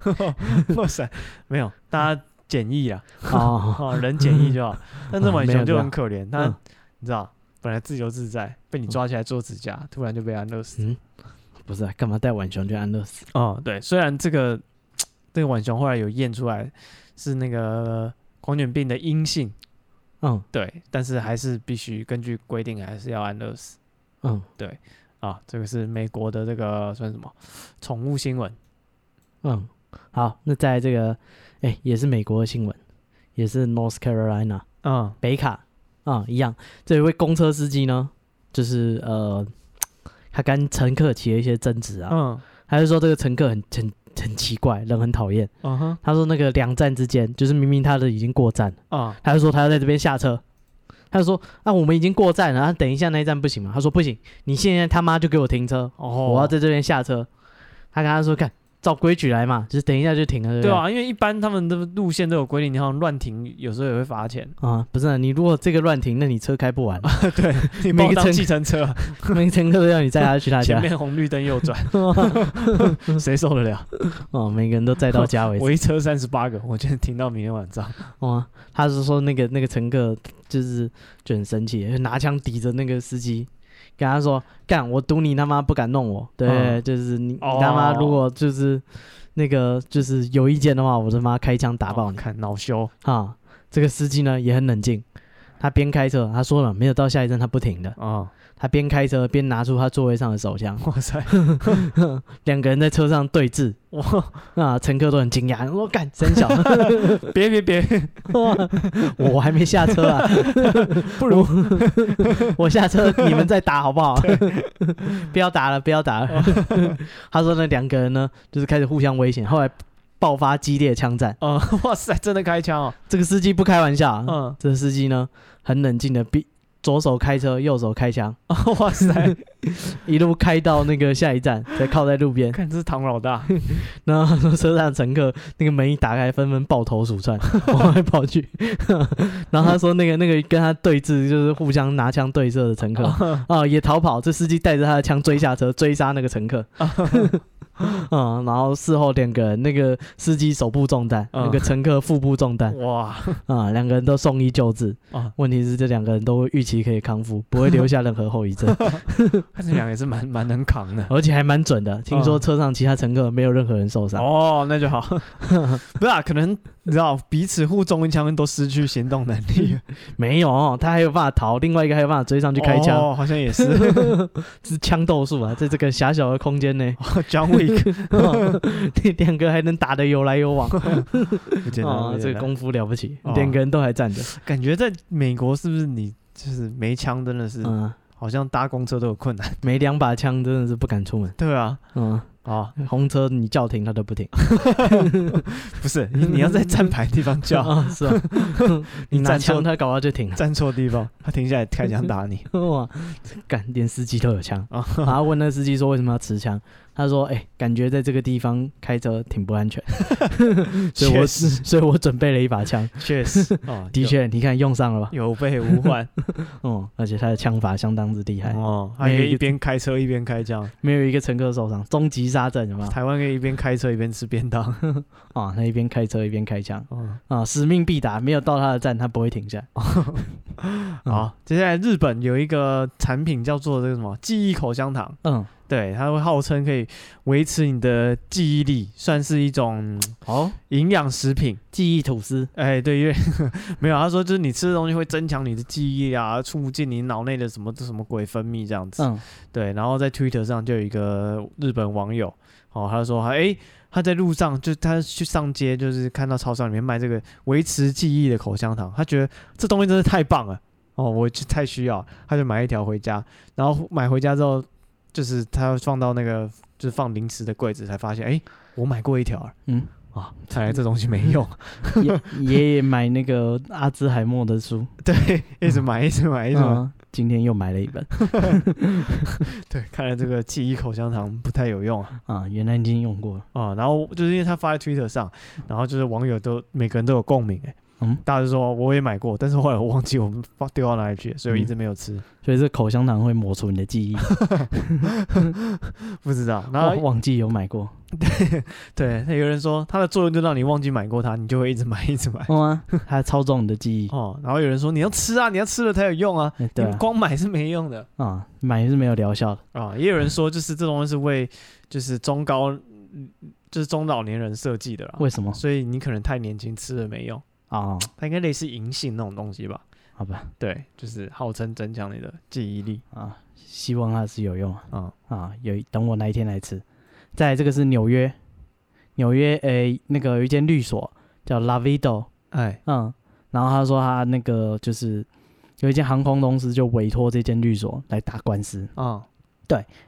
S1: 哇塞，没有，大家简易啊，
S2: 哦，
S1: 哦，人简易就 好。但这
S2: 嗯
S1: 浣
S2: 没有嗯
S1: 熊就
S2: 这
S1: 很
S2: 样
S1: 可怜，它、你知道，本来自由自在，被
S2: 嗯
S1: 你抓起来做指甲，突然就被安乐死。
S2: 不是、啊、干嘛带浣熊去安乐死？
S1: 哦，对，虽然这个这个浣熊后来有验出来是那个狂犬病的阴性，
S2: 嗯
S1: 对，但是还是必须根据规定还是要安乐死
S2: 嗯
S1: 啊。这个是美国的这个算什么宠物新闻？
S2: 嗯，好，那在这个哎、也是美国的新闻，也是 North Carolina
S1: 嗯
S2: 北卡啊、一样，这有一位公车司机呢，就是呃，他跟乘客起了一些争执啊，
S1: 嗯
S2: 他就说这个乘客很很很奇怪，人很讨厌。
S1: 嗯哼
S2: 他说那个两站之间，就是明明他的已经过站了，
S1: 啊
S2: 他就说他要在这边下车。他就说：“啊，我们已经过站了，啊，等一下那一站不行吗？”他说：“不行，你现在他妈就给我停车，
S1: 哦，
S2: 我要在这边下车。”他跟他说：“看，照规矩来嘛，就是等一下就停了，对不
S1: 对啊，因为一般他们的路线都有规定，你好像乱停，有时候也会罚钱。
S2: 啊，不是、啊、你如果这个乱停，那你车开不 完，
S1: 对，你
S2: 每
S1: 每个
S2: 个
S1: 当
S2: 乘
S1: 计程车啊，
S2: 每个乘客都要你载他去他
S1: 前
S2: 家。
S1: 面红绿灯右转，谁受得了？
S2: 哦，每个人都载到家为止。
S1: 我一车三十八个，我今天停到明天晚上。
S2: 哦，他是说那个那个乘客就是就很生气，就拿枪抵着那个司机，跟他说：“干，我赌你他妈不敢弄我。”对，
S1: 嗯
S2: 就是你、
S1: 哦
S2: 你他妈如果就是那个就是有意见的话，我他妈开枪打爆你
S1: 看恼羞，
S2: 啊、这个司机呢也很冷静，他边开车，他说了没有到下一站他不停的，
S1: 啊、
S2: 他边开车边拿出他座位上的手枪，
S1: 哇塞，
S2: 两个人在车上对峙，
S1: 哇，
S2: 啊，乘客都很惊讶，我干三小，
S1: 别别别，
S2: 我还没下车啊，
S1: 不如
S2: 我下车，你们再打好不 好？不要打了，不要 打了。他说那两个人呢，就是开始互相危险，后来爆发激烈枪战。
S1: 啊、哇塞，真的开枪哦，
S2: 这个司机不开玩笑啊，
S1: 嗯，
S2: 这个司机呢很冷静的，比左手开车，右手开枪，
S1: 嗯 哇塞，
S2: 一路开到那个下一站，再靠在路边。
S1: 看这是唐老大，
S2: 然后他说车上乘客那个门一打开，纷纷抱头鼠窜， 往外跑去。 然后他说那个那个跟他对峙，就是互相拿枪对射的乘
S1: 哦
S2: 客啊、也逃跑。这司机带着他的枪追下车，追杀那个乘客。嗯，然后事后两个人，那个司机手部中弹，
S1: 嗯
S2: 那个乘客腹部中弹
S1: 哇
S2: 啊、两个人都送医救治。
S1: 啊，
S2: 问题是这两个人都预期可以康复，不会留下任何后遗症，
S1: 看这两个也是蛮蛮能扛 的。
S2: 而且还蛮准的。听说车上其他乘客没有任何人受
S1: 嗯
S2: 伤。
S1: 哦，那就好， 不是啊，可能你知道彼此互中一枪都失去行动能力，
S2: 没有，他还有办法逃，另外一个还有办法追上去开枪，
S1: 哦，好像也是
S2: 是枪斗术啊，在这个狭小的空间内，
S1: ，John Wick，哦
S2: 那 两个还能打得有来有 往，
S1: 不简单，不，
S2: 啊
S1: 简
S2: 这
S1: 单
S2: 个功夫了不起，
S1: 哦
S2: 两个人都还站着，
S1: 感觉在美国是不是你就是没枪真的是、
S2: 嗯，
S1: 好像搭公车都有困难？
S2: 没两把枪真的是不敢出门，
S1: 对 啊，
S2: 嗯，
S1: 啊，
S2: 红车你叫停他都不停，
S1: 不是你你要在站牌地方 叫，
S2: 啊 是啊，你拿
S1: 站错
S2: 枪他搞到就停了，
S1: 站错地方，他停下来开枪打 你
S2: 哇，干连司机都有枪，
S1: 啊！
S2: 然后问那司机说为什么要持枪，他说哎、感觉在这个地方开车挺不安全，所以我
S1: 确实
S2: 所以我准备了一把枪。
S1: 确实啊，
S2: 的确，你看用上了吧？
S1: 有有备无 患
S2: 嗯，而且他的枪法相当之厉害，
S1: 哦，还可以一边开车一边开枪，
S2: 没有一个乘客受伤，终极杀阵有没有？
S1: 台湾可以一边开车一边吃便 当，
S2: 啊，他一边开车一边开枪
S1: 哦
S2: 啊，使命必达，没有到他的站他不会停下。啊
S1: 好，接下来日本有一个产品叫做这个什么记忆口香糖，
S2: 嗯，
S1: 对，它会号称可以维持你的记忆力，算是一种嗯
S2: 哦，
S1: 营养食品。
S2: 记忆吐司
S1: 哎，对，因为 没有，他说就是你吃的东西会增强你的记忆啊，促进你脑内的什么什么鬼分泌这样子。
S2: 嗯，
S1: 对，然后在 Twitter 上就有一个日本网友，哦，他说他哎他在路上就他去上街，就是看到超商里面卖这个维持记忆的口香糖，他觉得这东西真是太棒了，哦，我就太需要了，他就买一条回家，然后买回家之后，就是他放到那个就是放零食的柜子，才发现哎我买过一条了，
S2: 嗯
S1: 啊，看来这东西没用。
S2: 爷爷爷买那个阿兹海默的书，
S1: 对，一直买，一直买，一直买。
S2: 嗯，今天又买了一本
S1: 对，看来这个记忆口香糖不太有用啊。
S2: 啊，原来已经用过了，
S1: 啊，然后就是因为他发在 Twitter 上，然后就是网友都每个人都有共鸣、哎，
S2: 嗯，
S1: 大家就说我也买过，但是后来我忘记我们放丢到哪里去了，所以我
S2: 嗯
S1: 一直没有吃，
S2: 所以这口香糖会抹除你的记忆，
S1: 不知道。 然
S2: 忘
S1: 后
S2: 忘记有买过，
S1: 对，那有人说它的作用就让你忘记买过它，你就会一直买，一直买。
S2: 嗯啊，它操纵你的记忆，
S1: 哦，然后有人说你要吃啊，你要吃了才有用啊，
S2: 哎
S1: 你
S2: 对啊，
S1: 光买是没用的
S2: 啊，买是没有疗效的，
S1: 啊。也有人说就是这东西是为就是中高嗯就是中老年人设计的啦，
S2: 为什么
S1: 所以你可能太年轻吃了没用，
S2: 啊？
S1: 它应该类似银杏那种东西吧？
S2: 好吧，
S1: 对，就是号称增强你的记忆力
S2: 啊，希望它是有用啊
S1: 啊、
S2: 啊，有等我哪一天来吃。再来这个是纽约，纽约诶、那个有一间律所叫 Lavido，
S1: 哎，
S2: 嗯，然后他说他那个就是有一间航空公司就委托这间律所来打官司，
S1: 啊、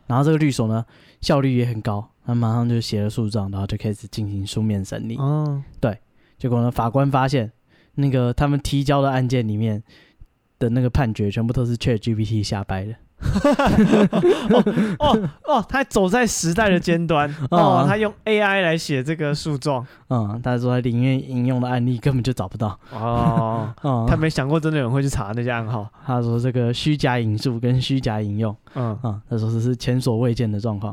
S2: 然后这个律所呢效率也很高，他马上就写了诉状，然后就开始进行书面审理。
S1: 嗯，
S2: 结果呢，法官发现那个他们提交的案件里面的那个判决全部都是 ChatGPT 瞎掰的。
S1: 哦哦，他走在时代的尖 端哦
S2: 啊，
S1: 他用 AI 来写这个诉 状
S2: 嗯，他说里面引用的案例根本就找不到。
S1: 哦，
S2: 嗯，
S1: 他没想过真的有人会去查那些暗号，
S2: 他说这个虚假引述跟虚假引用
S1: 嗯，
S2: 啊、他说这是前所未见的状况。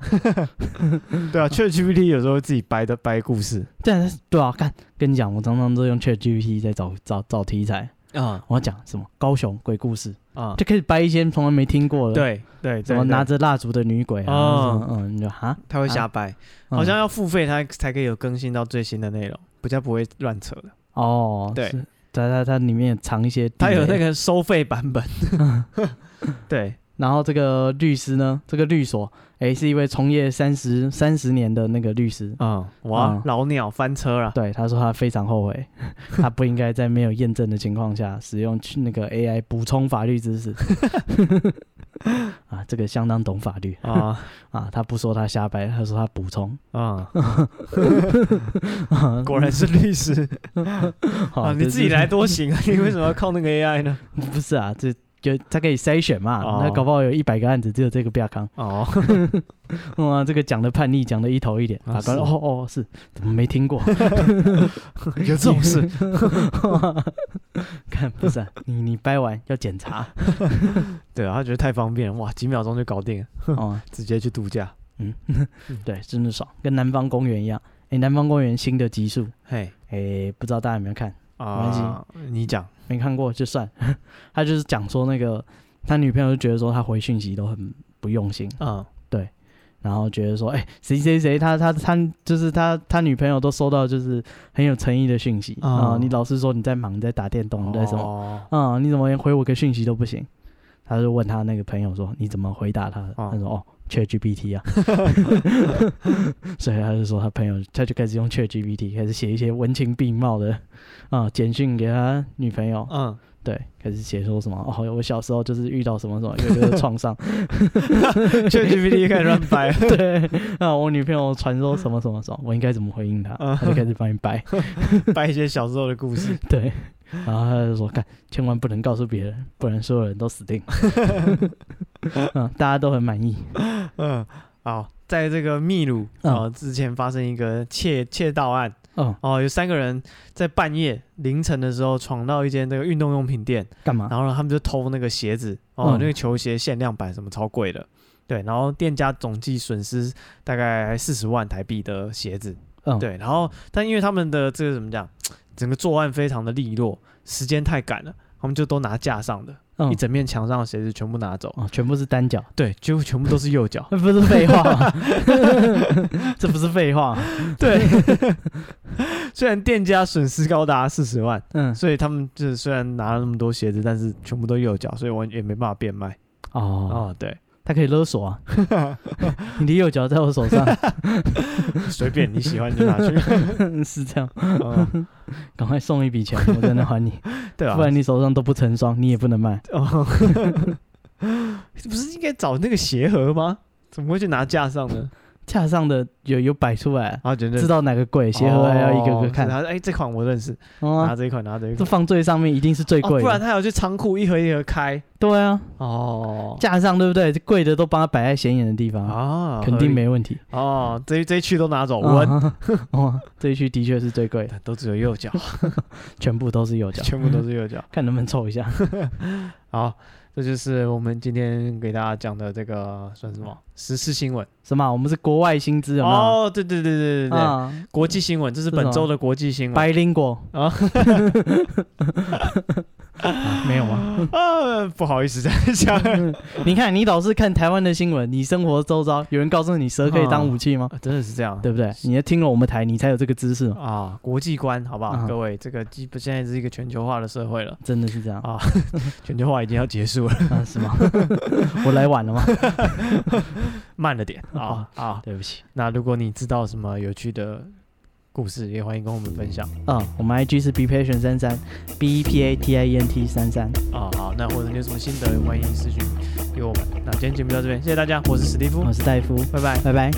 S2: 哦
S1: 对啊，ChatGPT 有时候会自己掰的掰故事
S2: 但是对啊，看跟你讲，我常常都用 ChatGPT 在找找找题材。
S1: 啊
S2: 我要讲什么高雄鬼故事，
S1: 啊，
S2: 就开始掰一些从来没听过的，，
S1: 对对，
S2: 哦什么拿
S1: 拿
S2: 着蜡烛的女鬼啊，
S1: 哦
S2: 什么嗯，你就哈，
S1: 他会瞎掰，
S2: 嗯
S1: 好像要付费他才可以有更新到最新的内容，比较不会乱扯的。
S2: 哦，
S1: 对
S2: 是，它它它里面藏一些地雷，
S1: 他有那个收费版本，对，
S2: 然后这个律师呢，这个律所，哎，是一位从业三十三十年的那个律师。
S1: 嗯，哇
S2: 嗯，
S1: 老鸟翻车啊了，
S2: 对，他说他非常后悔， 他不应该在没有验证的情况下使用去那个 AI 补充法律知识。 啊，这个相当懂法律
S1: 啊
S2: 啊！他不说他瞎掰，他说他补充。
S1: 啊，果然是律师
S2: 好
S1: 啊，你自己来，多行啊， 你为什么要靠那个 AI 呢？
S2: 这哦 这不是啊？这就他可以筛选嘛？
S1: 哦
S2: 那搞不好有一百个案子，只有这个不要扛。
S1: 哦，
S2: 哇，这个讲的叛逆，讲的一头一脸，
S1: 啊
S2: 法官
S1: 是
S2: 哦哦是，怎么没听过？
S1: 有这种事，
S2: 看不是啊、你你掰完要检查
S1: 对啊，他觉得太方便了，哇，几秒钟就搞定了，
S2: 哦，
S1: 直接去度假，
S2: 对，真的爽，跟南方公园一样。哎、南方公园新的集数，
S1: 嘿
S2: 哎、不知道大家有没有看？
S1: 啊，你讲
S2: 没看过就算。 他就是讲说那个他女朋友就觉得说他回讯息都很不用心，
S1: 啊
S2: 然后觉得说哎、谁谁谁他他他就是他他女朋友都收到就是很有诚意的讯息啊、
S1: 哦
S2: 你老是说你在忙，你在打电动，你在什么？
S1: 么？
S2: 啊、你怎么连回我个讯息都不行？他就问他那个朋友说，你怎么回答他的？
S1: 哦
S2: 他说哦，ChatGPT 啊，所以他就说他朋友，他就开始用 ChatGPT 开始写一些文情并茂的啊、简讯给他女朋友，
S1: 嗯，
S2: 对，开始写说什么哦，我小时候就是遇到什么什么有一个创伤，
S1: 确 GPT 开始乱掰了，
S2: 对，啊，我女朋友传说什么什么什么，我应该怎么回应她？
S1: 嗯
S2: 他就开始帮你掰，
S1: 掰一些小时候的故事，
S2: 对，然后他就说：“看，千万不能告诉别人，不然所有人都死定了。” 嗯，大家都很满意。
S1: 嗯，好，在这个秘鲁
S2: 嗯
S1: 啊之前发生一个窃窃盗案。
S2: 嗯，
S1: 哦，有三个人在半夜凌晨的时候闯到一间那个运动用品店，
S2: 干嘛？
S1: 然后呢，他们就偷那个鞋子，哦，
S2: 嗯
S1: 那个球鞋限量版什么超贵的，对，然后店家总计损失大概四十万台币的鞋子，
S2: 嗯，，
S1: 对，然后但因为他们的这个怎么讲，整个作案非常的利落，时间太赶了，他们就都拿架上的，
S2: 嗯
S1: 一，整面墙上的鞋子全部拿走，
S2: 哦，全部是单脚，，
S1: 对，结果全部都是右脚
S2: 那不是废话 吗，这不是废话。
S1: 对， 虽然店家损失高达四十万。
S2: 嗯，
S1: 所以他们就是虽然拿了那么多鞋子，但是全部都右脚，所以我也没办法变卖。
S2: 哦，
S1: 哦，对，
S2: 他可以 勒索啊，你的右脚在我手上，
S1: 随便你喜欢就拿去。
S2: 是这样，
S1: 嗯
S2: 赶快送一笔钱，我真的还你，
S1: 对啊
S2: 不，然你手上都不成双，你也不能卖。
S1: 哦， 不是应该找那个鞋盒吗？怎么会去拿架上 呢？
S2: 架上的有有摆出来，
S1: 然后觉得
S2: 知道哪个贵，鞋盒还要一个个看。
S1: 然后哎，这款我认识，
S2: 哦啊
S1: 拿这一款，拿这一
S2: 这
S1: 款，
S2: 放最上面一定是最
S1: 哦
S2: 贵
S1: 不
S2: 的，
S1: 然他有去仓库一盒一盒开。
S2: 对啊，
S1: 哦，
S2: 架上对不对？这贵的都帮他摆在显眼的地方，
S1: 啊，
S2: 肯
S1: 合
S2: 定
S1: 理
S2: 没问题。
S1: 哦，这一这一区都拿走，我
S2: 啊哇，这一区的确是最贵的，
S1: 都只有右 脚，
S2: 全部都是右脚，
S1: 全部都是右脚。
S2: 看能不能凑一下。
S1: 好，这就是我们今天给大家讲的这个算什么
S2: 嗯
S1: 时事新闻？
S2: 什么？我们是国外薪资有没有？
S1: 哦，对对对对对对，
S2: 啊
S1: 国际新闻，这是
S2: 这是什
S1: 本
S2: 么
S1: 周的国际新闻。
S2: ，bilingual
S1: 啊
S2: 啊没有吗？
S1: 啊，不好意思，再 讲啊
S2: 你看，你老是看台湾的新闻，你生活周遭有人告诉你蛇可以当武器吗？
S1: 真的是这样。
S2: 对不对？你要听了我们台，你才有这个知识嘛，
S1: 啊，国际观，好不好？
S2: 嗯
S1: 各位，这个基本现在是一个全球化的社会了，
S2: 真的是这样
S1: 啊全球化已经要结束了，
S2: 啊？是吗？我来晚了吗？
S1: 慢了
S2: 嗯
S1: 点啊啊。
S2: 对不起。
S1: 那如果你知道什么有趣的故事，也欢迎跟我们分享
S2: 嗯，我们 IG 是 be patient 三三，b e p a t i e n t 三三。
S1: 啊。好，那或者你有什么心得，也欢迎私讯给我们。那今天节目到这边，谢谢大家，我是史蒂夫
S2: 嗯我，是戴夫，
S1: 拜拜。
S2: 拜拜。